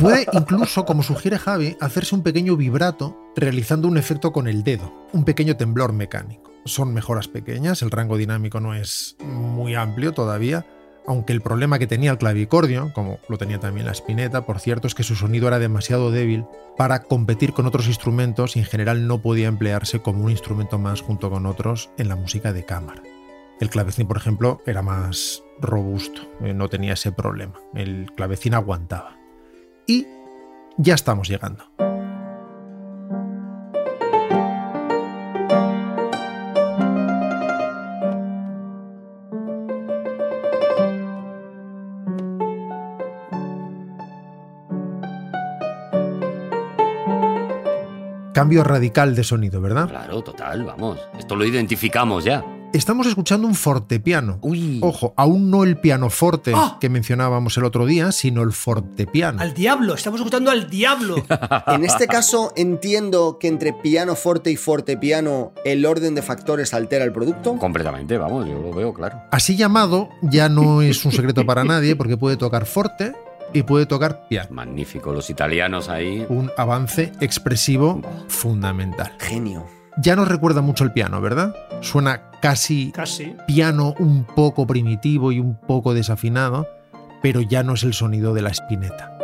Speaker 5: Puede incluso, como sugiere Javi, hacerse un pequeño vibrato realizando un efecto con el dedo, un pequeño temblor mecánico. Son mejoras pequeñas, el rango dinámico no es muy amplio todavía, aunque el problema que tenía el clavicordio, como lo tenía también la espineta, por cierto, es que su sonido era demasiado débil para competir con otros instrumentos y en general no podía emplearse como un instrumento más junto con otros en la música de cámara. El clavecín, por ejemplo, era más robusto, eh, no tenía ese problema, el clavecín aguantaba. Y ya estamos llegando. Cambio radical de sonido, ¿verdad?
Speaker 4: Claro, total, vamos. Esto lo identificamos ya.
Speaker 5: Estamos escuchando un fortepiano.
Speaker 4: Uy.
Speaker 5: Ojo, aún no el pianoforte
Speaker 6: ¡Ah!
Speaker 5: que mencionábamos el otro día, sino el
Speaker 4: Mm.
Speaker 5: fortepiano.
Speaker 6: Al diablo, estamos escuchando al diablo.
Speaker 3: en este caso entiendo que entre piano forte y fortepiano el orden de factores altera el producto.
Speaker 4: Completamente, vamos, yo lo veo, claro.
Speaker 5: Así llamado ya no es un secreto para nadie porque puede tocar forte y puede tocar piano.
Speaker 4: Magnífico, los italianos ahí.
Speaker 5: Un avance expresivo fundamental.
Speaker 3: Genio.
Speaker 5: Ya nos recuerda mucho el piano, ¿verdad? Suena casi
Speaker 6: Casi.
Speaker 5: piano un poco primitivo y un poco desafinado, pero ya no es el sonido de la espineta.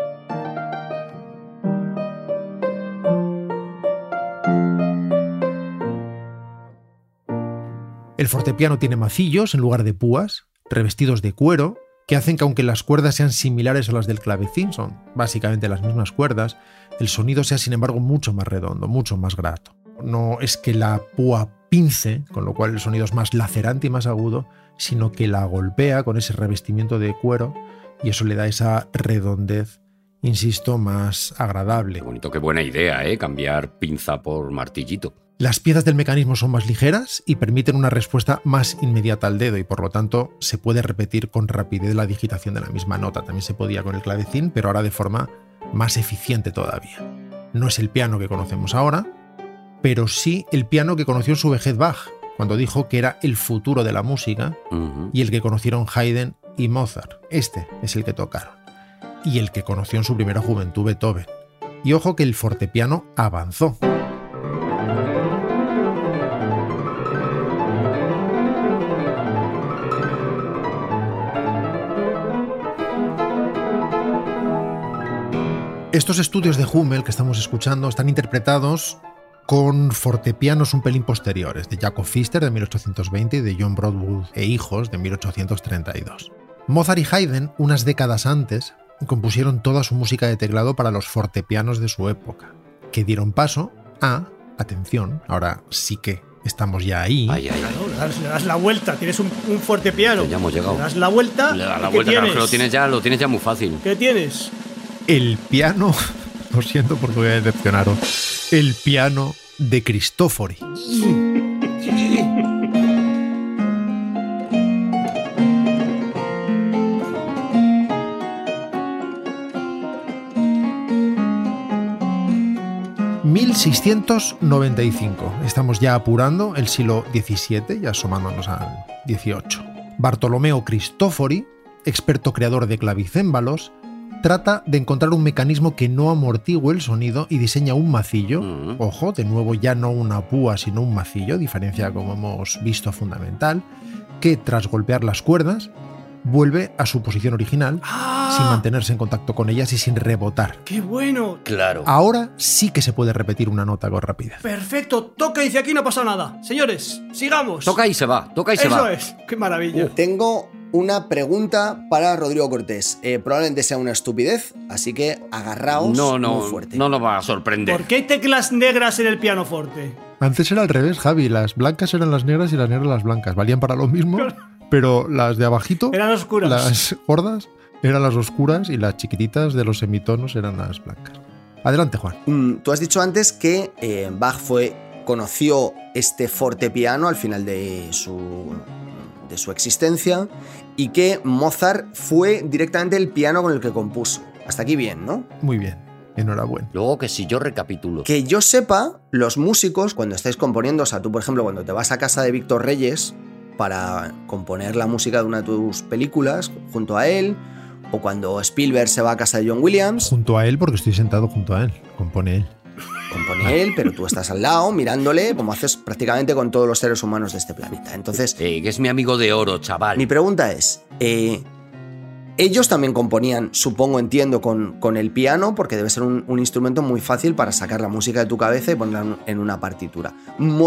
Speaker 5: El fortepiano tiene macillos en lugar de púas, revestidos de cuero, que hacen que aunque las cuerdas sean similares a las del clavecín, son básicamente las mismas cuerdas, el sonido sea sin embargo mucho más redondo, mucho más grato. No es que la púa pince, con lo cual el sonido es más lacerante y más agudo, sino que la golpea con ese revestimiento de cuero y eso le da esa redondez, insisto, más agradable.
Speaker 4: Qué bonito, qué buena idea, ¿eh? Cambiar pinza por martillito.
Speaker 5: Las piezas del mecanismo son más ligeras y permiten una respuesta más inmediata al dedo y por lo tanto se puede repetir con rapidez la digitación de la misma nota. También se podía con el clavecín, pero ahora de forma más eficiente todavía. No es el piano que conocemos ahora, pero sí el piano que conoció en su vejez Bach, cuando dijo que era el futuro de la música
Speaker 4: Ujú.
Speaker 5: y el que conocieron Haydn y Mozart. Este es el que tocaron. Y el que conoció en su primera juventud Beethoven. Y ojo que el fortepiano avanzó. Estos estudios de Hummel que estamos escuchando están interpretados con fortepianos un pelín posteriores, de Jacob Fister de 1820 y de John Broadwood e hijos de 1832. Mozart y Haydn, unas décadas antes, compusieron toda su música de teclado para los fortepianos de su época, que dieron paso a, atención, ahora sí que estamos ya ahí,
Speaker 4: Ay, ay, ay.
Speaker 6: Claro, le das, le das la vuelta, tienes un, un fuerte piano.
Speaker 4: Ya hemos llegado.
Speaker 6: Le das la vuelta.
Speaker 4: Le da la
Speaker 6: ¿y qué
Speaker 4: vuelta, claro,
Speaker 6: tienes?
Speaker 4: que lo tienes ya, lo tienes ya muy fácil.
Speaker 6: ¿Qué tienes?
Speaker 5: el piano, lo siento porque voy a decepcionaros, el piano de Cristofori. ...1695... ...estamos ya apurando el siglo XVII... ...ya asomándonos al XVIII... ...Bartolomeo Cristofori... ...experto creador de clavicémbalos... ...trata de encontrar un mecanismo... ...que no amortigue el sonido... ...y diseña un macillo...
Speaker 4: Mm.
Speaker 5: ...ojo, de nuevo ya no una púa... ...sino un macillo, diferencia como hemos visto fundamental... ...que tras golpear las cuerdas... ...vuelve a su posición original...
Speaker 6: Ah.
Speaker 5: ...sin mantenerse en contacto con ellas... ...y sin rebotar...
Speaker 6: ¡Qué bueno!
Speaker 4: Claro.
Speaker 5: Ahora sí que se puede repetir una nota con rapidez.
Speaker 6: Perfecto, toca y dice aquí no pasa nada. Señores, sigamos.
Speaker 4: Toca y se va, toca y se
Speaker 6: Eso
Speaker 4: va. Uh,
Speaker 6: es, qué maravilla.
Speaker 3: Tengo una pregunta para Rodrigo Cortés. Eh, probablemente sea una estupidez, así que agarraos
Speaker 4: No, no,
Speaker 3: muy fuerte.
Speaker 4: no nos va a sorprender.
Speaker 6: ¿Por qué hay teclas negras en el pianoforte?
Speaker 5: Antes era al revés, Javi. Las blancas eran las negras y las negras las blancas. Valían para lo mismo, pero las de abajito,
Speaker 6: Eran oscuras.
Speaker 5: las gordas, eran las oscuras y las chiquititas de los semitonos eran las blancas. Adelante, Juan.
Speaker 3: Mm, tú has dicho antes que eh, Bach fue conoció este fortepiano al final de su de de su existencia y que Mozart fue directamente el piano con el que compuso. Hasta aquí bien, ¿no?
Speaker 5: Muy bien, enhorabuena.
Speaker 4: Luego que si yo recapitulo.
Speaker 3: Que yo sepa, los músicos, cuando estáis componiendo, o sea, tú, por ejemplo, cuando te vas a casa de Víctor Reyes para componer la música de una de tus películas junto a él, o cuando Spielberg se va a casa de John Williams,
Speaker 5: Junto a él, porque estoy sentado junto a él, compone él.
Speaker 3: compone él, pero tú estás al lado mirándole, como haces prácticamente con todos los seres humanos de este planeta. Entonces,
Speaker 4: Eh, que es mi amigo de oro, chaval.
Speaker 3: mi pregunta es, eh, ellos también componían, supongo, entiendo, con, con el piano, porque debe ser un, un instrumento muy fácil para sacar la música de tu cabeza y ponerla en- en una partitura.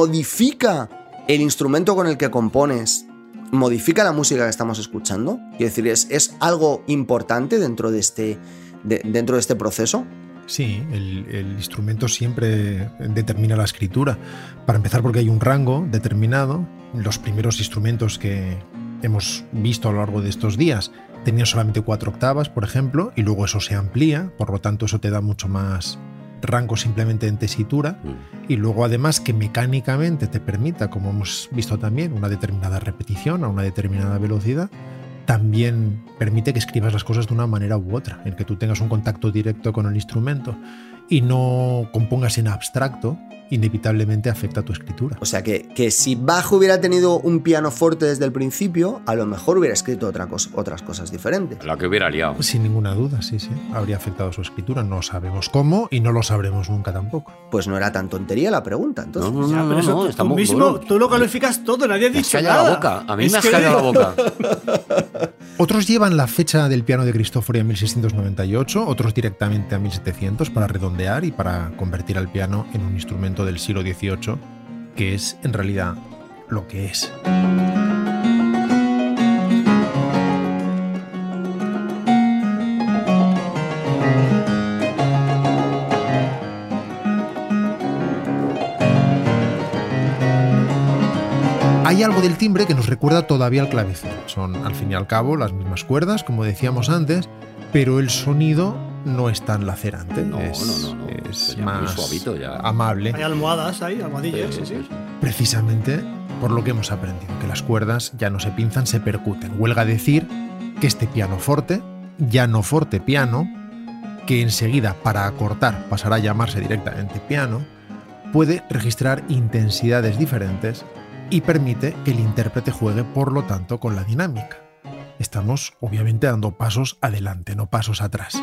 Speaker 3: ¿Modifica el instrumento con el que compones? ¿Modifica la música que estamos escuchando? Quiero decir, ¿es, es algo importante dentro de este, de- dentro de este proceso?
Speaker 5: Sí, el, el instrumento siempre determina la escritura. Para empezar, porque hay un rango determinado. Los primeros instrumentos que hemos visto a lo largo de estos días tenían solamente cuatro octavas, por ejemplo, y luego eso se amplía, por lo tanto eso te da mucho más rango simplemente en tesitura.
Speaker 4: Mm,
Speaker 5: Y luego además que mecánicamente te permita, como hemos visto también, una determinada repetición a una determinada velocidad, también permite que escribas las cosas de una manera u otra, en que tú tengas un contacto directo con el instrumento y no compongas en abstracto, inevitablemente afecta a tu escritura.
Speaker 3: O sea que, que si Bach hubiera tenido un pianoforte desde el principio, a lo mejor hubiera escrito otra cosa- otras cosas diferentes.
Speaker 4: La que hubiera
Speaker 6: Pues,
Speaker 4: liado.
Speaker 5: Sin ninguna duda, sí, sí, habría afectado a su escritura, no sabemos cómo y no lo sabremos nunca tampoco.
Speaker 3: Pues no era tan tontería la pregunta, entonces.
Speaker 4: no,
Speaker 6: pues Ya, pero eso tú- tú,
Speaker 4: muy
Speaker 6: mismo,
Speaker 4: bueno.
Speaker 6: tú lo calificas todo, nadie ha
Speaker 4: Me has
Speaker 6: dicho
Speaker 4: callado
Speaker 6: nada.
Speaker 4: la boca. A mí
Speaker 6: Es
Speaker 4: me has
Speaker 6: que-
Speaker 4: callado la boca.
Speaker 5: Otros llevan la fecha del piano de Cristofori a 1698, otros directamente a 1700 para redondear y para convertir al piano en un instrumento del siglo XVIII, que es en realidad lo que es. Hay algo del timbre que nos recuerda todavía al clavecín. Son, al fin y al cabo, las mismas cuerdas, como decíamos antes, pero el sonido no es tan lacerante.
Speaker 4: No,
Speaker 5: es
Speaker 4: no, no, no.
Speaker 5: es
Speaker 4: Ya muy
Speaker 5: más
Speaker 4: suavito, ya.
Speaker 5: amable.
Speaker 6: Hay almohadas ahí, almohadillas, sí, sí.
Speaker 5: Precisamente por lo que hemos aprendido, que las cuerdas ya no se pinzan, se percuten. Huelga decir que este pianoforte, ya no forte piano, que enseguida para acortar pasará a llamarse directamente piano, puede registrar intensidades diferentes y permite que el intérprete juegue por lo tanto con la dinámica. Estamos obviamente dando pasos adelante, no pasos atrás.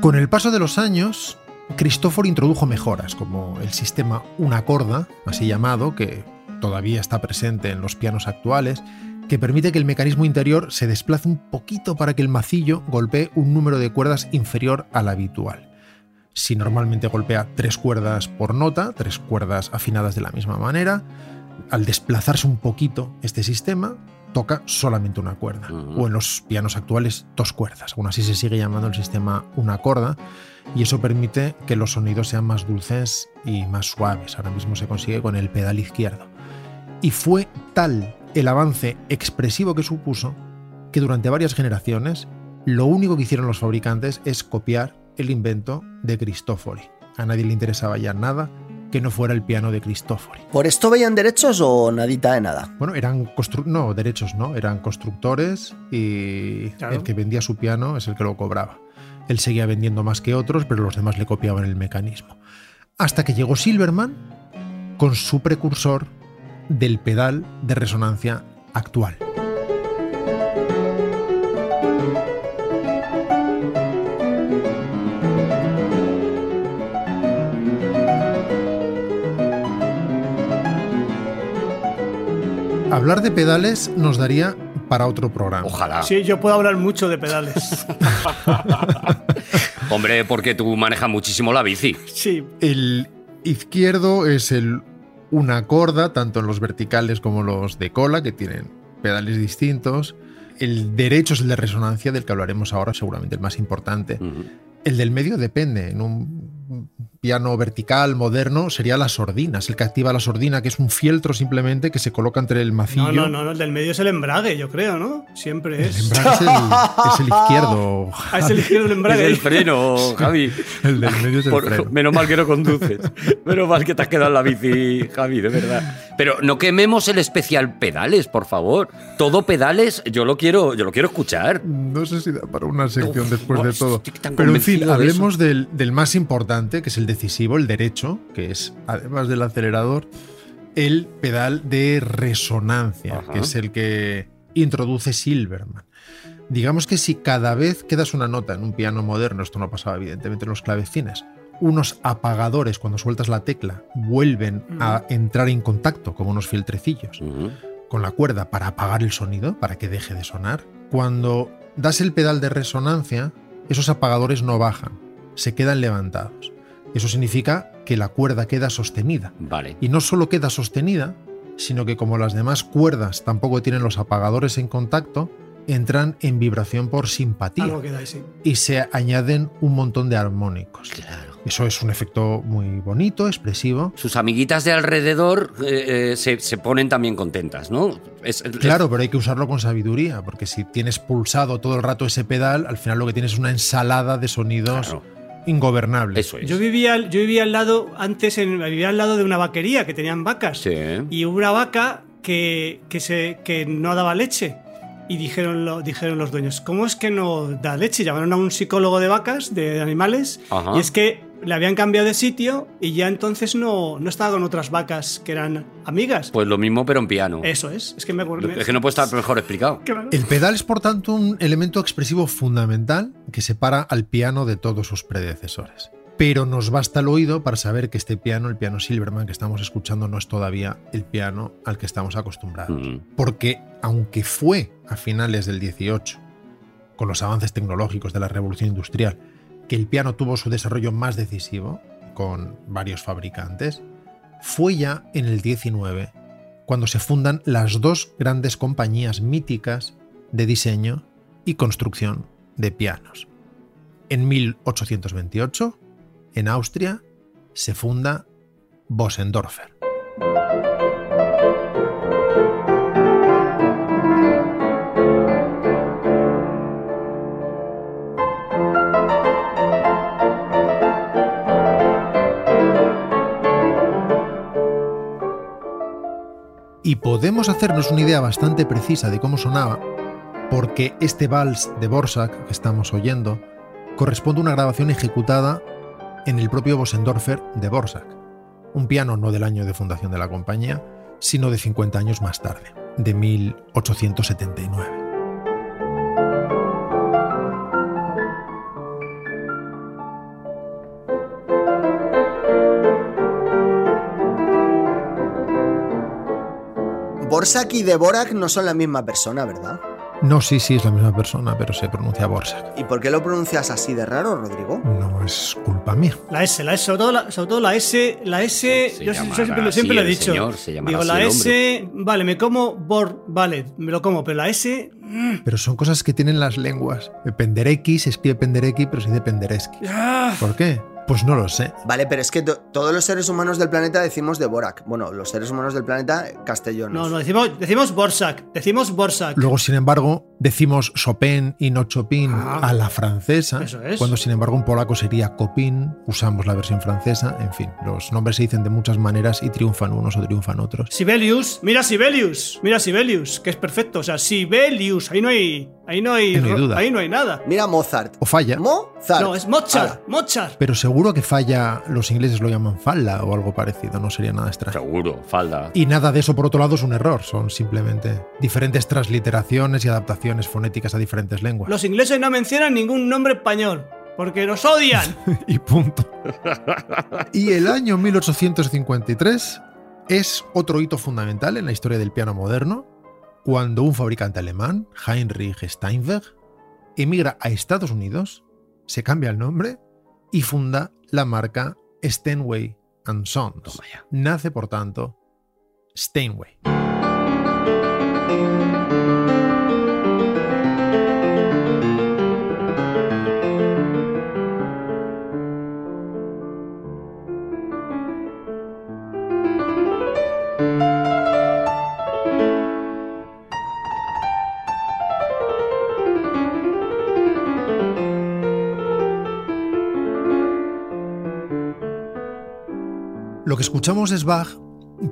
Speaker 5: Con el paso de los años, Cristóforo introdujo mejoras, como el sistema una corda, así llamado, que todavía está presente en los pianos actuales, que permite que el mecanismo interior se desplace un poquito para que el macillo golpee un número de cuerdas inferior al habitual. Si normalmente golpea tres cuerdas por nota, tres cuerdas afinadas de la misma manera, al desplazarse un poquito este sistema, toca solamente una cuerda.
Speaker 4: Ujú.
Speaker 5: O en los pianos actuales, dos cuerdas. Aún así se sigue llamando el sistema una corda y eso permite que los sonidos sean más dulces y más suaves. Ahora mismo se consigue con el pedal izquierdo. Y fue tal el avance expresivo que supuso que durante varias generaciones lo único que hicieron los fabricantes es copiar el invento de Cristofori. A nadie le interesaba ya nada que no fuera el piano de Cristofori.
Speaker 3: ¿Por esto veían derechos o nadita de nada?
Speaker 5: Bueno, eran constru no, derechos no, eran constructores y
Speaker 6: Claro.
Speaker 5: el que vendía su piano es el que lo cobraba. Él seguía vendiendo más que otros, pero los demás le copiaban el mecanismo. Hasta que llegó Silverman con su precursor del pedal de resonancia actual. Hablar de pedales nos daría para otro programa.
Speaker 4: Ojalá.
Speaker 6: Sí, yo puedo hablar mucho de pedales.
Speaker 4: Hombre, porque tú manejas muchísimo la bici.
Speaker 6: Sí,
Speaker 5: El izquierdo es el una corda, tanto en los verticales como los de cola, que tienen pedales distintos. El derecho es el de resonancia,
Speaker 4: Mm.
Speaker 5: del que hablaremos ahora, seguramente el más importante.
Speaker 4: Ujú.
Speaker 5: El del medio depende. En un piano vertical moderno sería la sordina, es el que activa la sordina, que es un fieltro simplemente que se coloca entre el
Speaker 6: No,
Speaker 5: macillo.
Speaker 6: no, no, no, el del medio es el embrague, yo creo, ¿no? Siempre es.
Speaker 5: El embrague es el, es el izquierdo.
Speaker 6: Ah, es el izquierdo, el
Speaker 4: Es
Speaker 6: embrague.
Speaker 4: el freno, Javi.
Speaker 5: El del medio es el
Speaker 4: Por-
Speaker 5: freno.
Speaker 4: menos mal que no conduces. Menos mal que te has quedado en la bici, Javi, de verdad. Pero no quememos el especial pedales, por favor. Todo pedales, yo lo quiero, yo lo quiero escuchar.
Speaker 5: No sé si da para una sección después
Speaker 4: no,
Speaker 5: de todo.
Speaker 4: estoy tan
Speaker 5: Pero en
Speaker 4: convencido
Speaker 5: fin,
Speaker 4: de
Speaker 5: hablemos del, del más importante, que es el decisivo, el derecho, que es, además del acelerador, el pedal de resonancia,
Speaker 4: Ajá.
Speaker 5: que es el que introduce Silverman. Digamos que si cada vez que das una nota en un piano moderno, esto no pasaba evidentemente en los clavecines, unos apagadores cuando sueltas la tecla vuelven a
Speaker 4: Mm.
Speaker 5: entrar en contacto como unos filtrecillos
Speaker 4: Ujú.
Speaker 5: con la cuerda para apagar el sonido, para que deje de sonar. Cuando das el pedal de resonancia, esos apagadores no bajan, se quedan levantados. Eso significa que la cuerda queda sostenida.
Speaker 4: Vale.
Speaker 5: Y no solo queda sostenida, sino que como las demás cuerdas tampoco tienen los apagadores en contacto, entran en vibración por simpatía
Speaker 6: Algo queda ahí, sí.
Speaker 5: y se añaden un montón de armónicos.
Speaker 4: Claro.
Speaker 5: Eso es un efecto muy bonito, expresivo.
Speaker 4: Sus amiguitas de alrededor eh, eh, se, se ponen también contentas, ¿no? Es- es-
Speaker 5: Claro, pero hay que usarlo con sabiduría, porque si tienes pulsado todo el rato ese pedal, al final lo que tienes es una ensalada de sonidos
Speaker 4: Claro.
Speaker 5: ingobernables.
Speaker 4: Eso es.
Speaker 6: Yo vivía, al- yo vivía al lado, antes en- vivía al lado de una vaquería que tenían vacas.
Speaker 4: Sí.
Speaker 6: Y hubo una vaca que, que se, que no daba leche. Y dijeron, lo- dijeron los dueños, ¿cómo es que no da leche? Llamaron a un psicólogo de vacas, de animales,
Speaker 4: Ajá.
Speaker 6: y es que le habían cambiado de sitio y ya entonces no, no estaba con otras vacas que eran amigas.
Speaker 4: Pues lo mismo, pero en piano.
Speaker 6: Eso es, es que me acuerdo.
Speaker 4: Es que no puede estar mejor explicado.
Speaker 6: Claro.
Speaker 5: El pedal es por tanto un elemento expresivo fundamental que separa al piano de todos sus predecesores. Pero nos basta el oído para saber que este piano, el piano Silverman que estamos escuchando, no es todavía el piano al que estamos acostumbrados.
Speaker 4: Mm.
Speaker 5: Porque aunque fue a finales del 18, con los avances tecnológicos de la revolución industrial, que el piano tuvo su desarrollo más decisivo con varios fabricantes, fue ya en el 19 cuando se fundan las dos grandes compañías míticas de diseño y construcción de pianos. En 1828, en Austria, se funda Bosendorfer. Y podemos hacernos una idea bastante precisa de cómo sonaba, porque este vals de Borsak que estamos oyendo corresponde a una grabación ejecutada en el propio Bosendorfer de Borsak, un piano no del año de fundación de la compañía, sino de 50 años más tarde, de 1879.
Speaker 3: Borsak y Dvorak no son la misma persona, ¿verdad?
Speaker 5: No, sí, sí, es la misma persona, pero se pronuncia Borsak.
Speaker 3: ¿Y por qué lo pronuncias así de raro, Rodrigo?
Speaker 5: No es culpa mía.
Speaker 6: La S, la S, sobre todo la, sobre todo la S, la S,
Speaker 4: Se
Speaker 6: yo, yo
Speaker 4: llamará
Speaker 6: siempre, lo-
Speaker 4: así
Speaker 6: siempre lo he
Speaker 4: el
Speaker 6: dicho.
Speaker 4: señor, se llamará
Speaker 6: Digo,
Speaker 4: así
Speaker 6: la
Speaker 4: el
Speaker 6: S, vale, me como bor, vale, me lo como, pero la S, mm,
Speaker 5: Pero son cosas que tienen las lenguas. Penderecki se escribe Penderecki, pero se dice Pendereski.
Speaker 6: ah,
Speaker 5: ¿Por qué? Pues no lo sé.
Speaker 3: Vale, pero es que to- todos los seres humanos del planeta decimos Dvorak. Bueno, los seres humanos del planeta eh, castellanos.
Speaker 6: No, no, decimos, decimos Borsak, decimos Borsak.
Speaker 5: Luego, sin embargo, decimos Chopin y no Chopin
Speaker 6: Ah,
Speaker 5: a la francesa,
Speaker 6: eso es.
Speaker 5: cuando sin embargo en polaco sería Copin, usamos la versión francesa, en fin, los nombres se dicen de muchas maneras y triunfan unos o triunfan otros.
Speaker 6: Sibelius, mira Sibelius, mira Sibelius, que es perfecto, o sea, Sibelius, ahí no hay, ahí no hay,
Speaker 5: Ahí no hay duda.
Speaker 6: ahí no hay nada.
Speaker 3: Mira Mozart.
Speaker 5: O falla,
Speaker 3: Mozart.
Speaker 6: No, es Mozart,
Speaker 3: Ala.
Speaker 6: Mozart.
Speaker 5: pero seguro que falla, los ingleses lo llaman falla o algo parecido, no sería nada extraño.
Speaker 4: Seguro, falda.
Speaker 5: Y nada de eso, por otro lado, es un error, son simplemente diferentes transliteraciones y adaptaciones fonéticas a diferentes lenguas.
Speaker 6: Los ingleses no mencionan ningún nombre español, porque nos odian.
Speaker 5: y punto. Y el año 1853 es otro hito fundamental en la historia del piano moderno, cuando un fabricante alemán, Heinrich Steinweg, emigra a Estados Unidos, se cambia el nombre y funda la marca Steinway and Sons.
Speaker 4: Toma ya.
Speaker 5: Nace, por tanto, Steinway. Lo que escuchamos es Bach,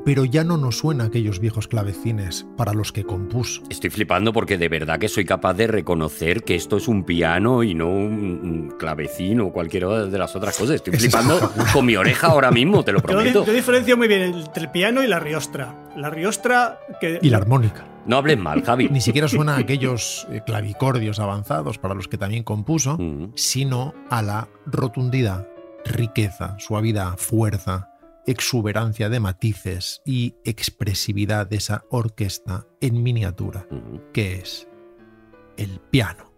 Speaker 5: pero ya no nos suena aquellos viejos clavecines para los que compuso.
Speaker 4: Estoy flipando porque de verdad que soy capaz de reconocer que esto es un piano y no un, un clavecín o cualquiera de las otras cosas. Estoy
Speaker 5: Es
Speaker 4: flipando con mi oreja ahora mismo, te lo
Speaker 6: Yo, di-
Speaker 4: prometo.
Speaker 6: yo diferencio muy bien entre el piano y la riostra. La riostra que.
Speaker 5: Y la armónica.
Speaker 4: No hables mal, Javi.
Speaker 5: Ni siquiera suena a aquellos eh, clavicordios avanzados para los que también compuso,
Speaker 4: Mm.
Speaker 5: sino a la rotundidad, riqueza, suavidad, fuerza, exuberancia de matices y expresividad de esa orquesta en miniatura,
Speaker 4: mm.
Speaker 5: que es el piano.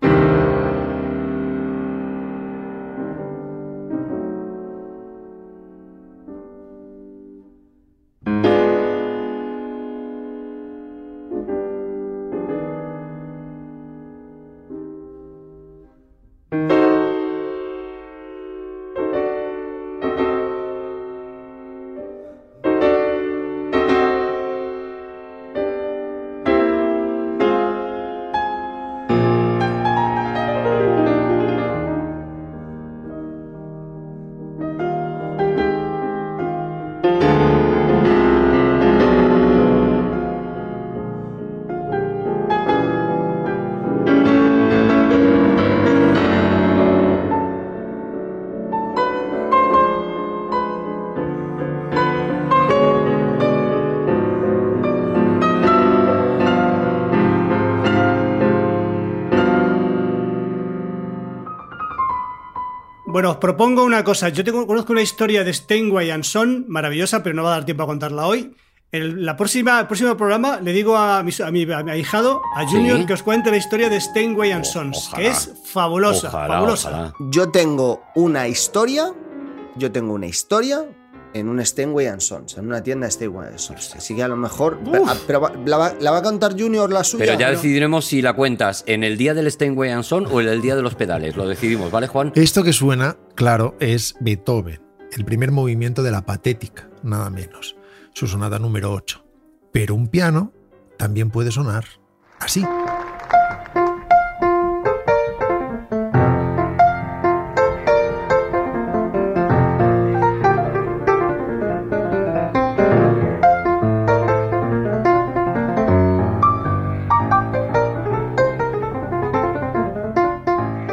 Speaker 6: Bueno, os propongo una cosa. Yo tengo, conozco una historia de Steinway and Son, maravillosa, pero no va a dar tiempo a contarla hoy. En la próxima, el próximo programa le digo a mi, so- a mi- a mi ahijado, a Junior,
Speaker 4: Sí.
Speaker 6: que os cuente la historia de Steinway and Sons,
Speaker 4: ojalá.
Speaker 6: que es fabulosa,
Speaker 4: Ojalá,
Speaker 6: fabulosa.
Speaker 4: ojalá.
Speaker 3: Yo tengo una historia. Yo tengo una historia en un Steinway and Sons, en una tienda Steinway and Sons. Así que a lo mejor. Pero, pero va- la, va, la va a cantar Junior la suya.
Speaker 4: Pero ya decidiremos si la cuentas en el día del Steinway and Son o en el día de los pedales. Lo decidimos, ¿vale, Juan?
Speaker 5: Esto que suena, claro, es Beethoven, el primer movimiento de la patética, nada menos, su sonata número 8. Pero un piano también puede sonar así.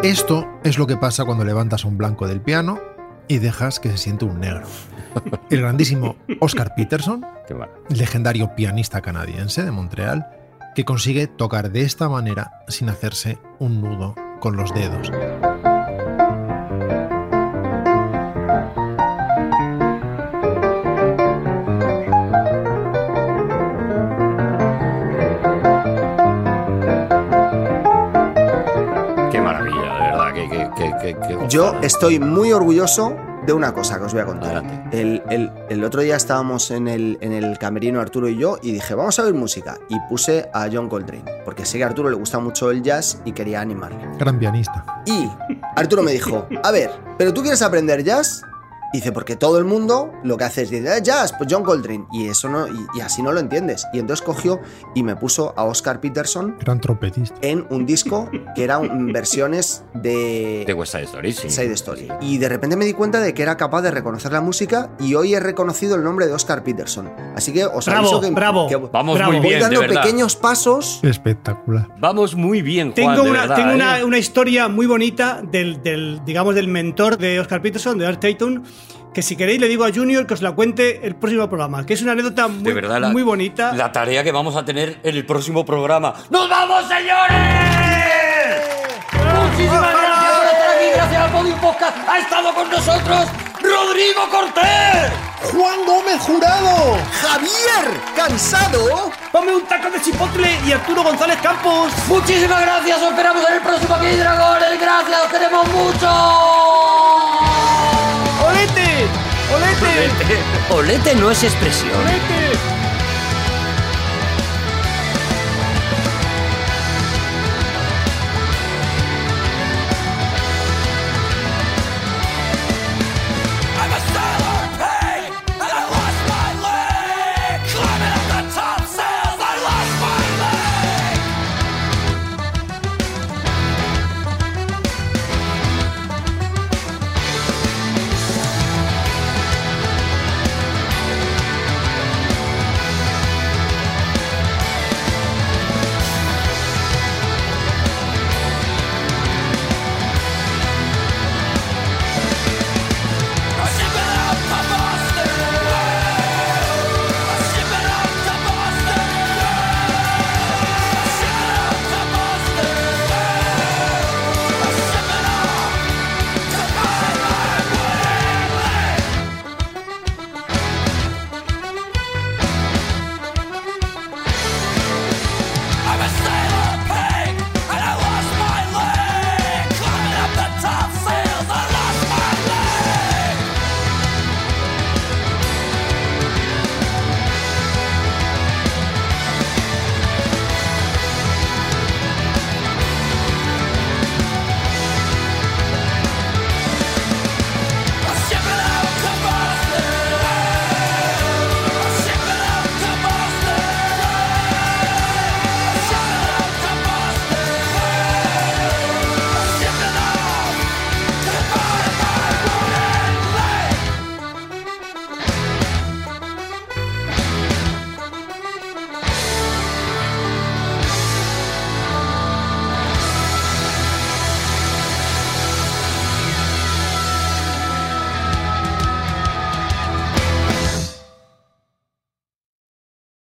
Speaker 5: Esto es lo que pasa cuando levantas a un blanco del piano y dejas que se siente un negro. El grandísimo Oscar Peterson,
Speaker 4: Qué va.
Speaker 5: legendario pianista canadiense de Montreal, que consigue tocar de esta manera sin hacerse un nudo con los dedos.
Speaker 4: Qué maravilla, de verdad. Qué, qué, qué, qué- qué gozada.
Speaker 3: Yo estoy muy orgulloso de una cosa que os voy a contar.
Speaker 4: Adelante.
Speaker 3: El, el- el otro día estábamos en el, en el camerino Arturo y yo y dije, vamos a ver música. Y puse a John Coltrane, porque sé que a Arturo le gusta mucho el jazz y quería animarle.
Speaker 5: Gran pianista.
Speaker 3: Y Arturo me dijo, a ver, ¿pero tú quieres aprender jazz? Y Dice, porque todo el mundo lo que hace es decir, "Ah, jazz, pues John Coltrane. Y eso no, y, y así no lo entiendes. Y entonces cogió y me puso a Oscar Peterson
Speaker 5: Gran trompetista.
Speaker 3: en un disco que eran versiones de
Speaker 4: De West Side Story, ¿eh? sí.
Speaker 3: Side Story. Y de repente me di cuenta de que era capaz de reconocer la música y hoy he reconocido el nombre de Oscar Peterson. Así que os
Speaker 6: Bravo,
Speaker 3: aviso que,
Speaker 6: bravo.
Speaker 3: que
Speaker 4: Vamos
Speaker 6: Bravo.
Speaker 4: muy
Speaker 3: voy
Speaker 4: bien, de
Speaker 3: dando
Speaker 4: verdad.
Speaker 3: pequeños pasos.
Speaker 5: Espectacular.
Speaker 4: Vamos muy bien, Juan,
Speaker 6: Tengo,
Speaker 4: de
Speaker 6: una,
Speaker 4: verdad,
Speaker 6: tengo
Speaker 4: ¿eh?
Speaker 6: una, una historia muy bonita del, del, digamos, del mentor de Oscar Peterson, de Art Tatum, que si queréis le digo a Junior que os la cuente el próximo programa, que es una anécdota muy,
Speaker 4: De verdad, la,
Speaker 6: muy bonita.
Speaker 4: La tarea que vamos a tener en el próximo programa. ¡Nos vamos, señores! Muchísimas gracias por estar aquí, gracias al Podium Podcast. Ha estado con nosotros Rodrigo Cortés.
Speaker 3: Juan Gómez Jurado, Javier Cansado.
Speaker 6: ¡Ponme un taco de chipotle y Arturo González Campos!
Speaker 4: Muchísimas gracias, os esperamos en el próximo aquí, Dragones. Gracias, os queremos mucho.
Speaker 6: ¡Olete! ¡Olete!
Speaker 4: Olete no es expresión.
Speaker 6: ¡Olete!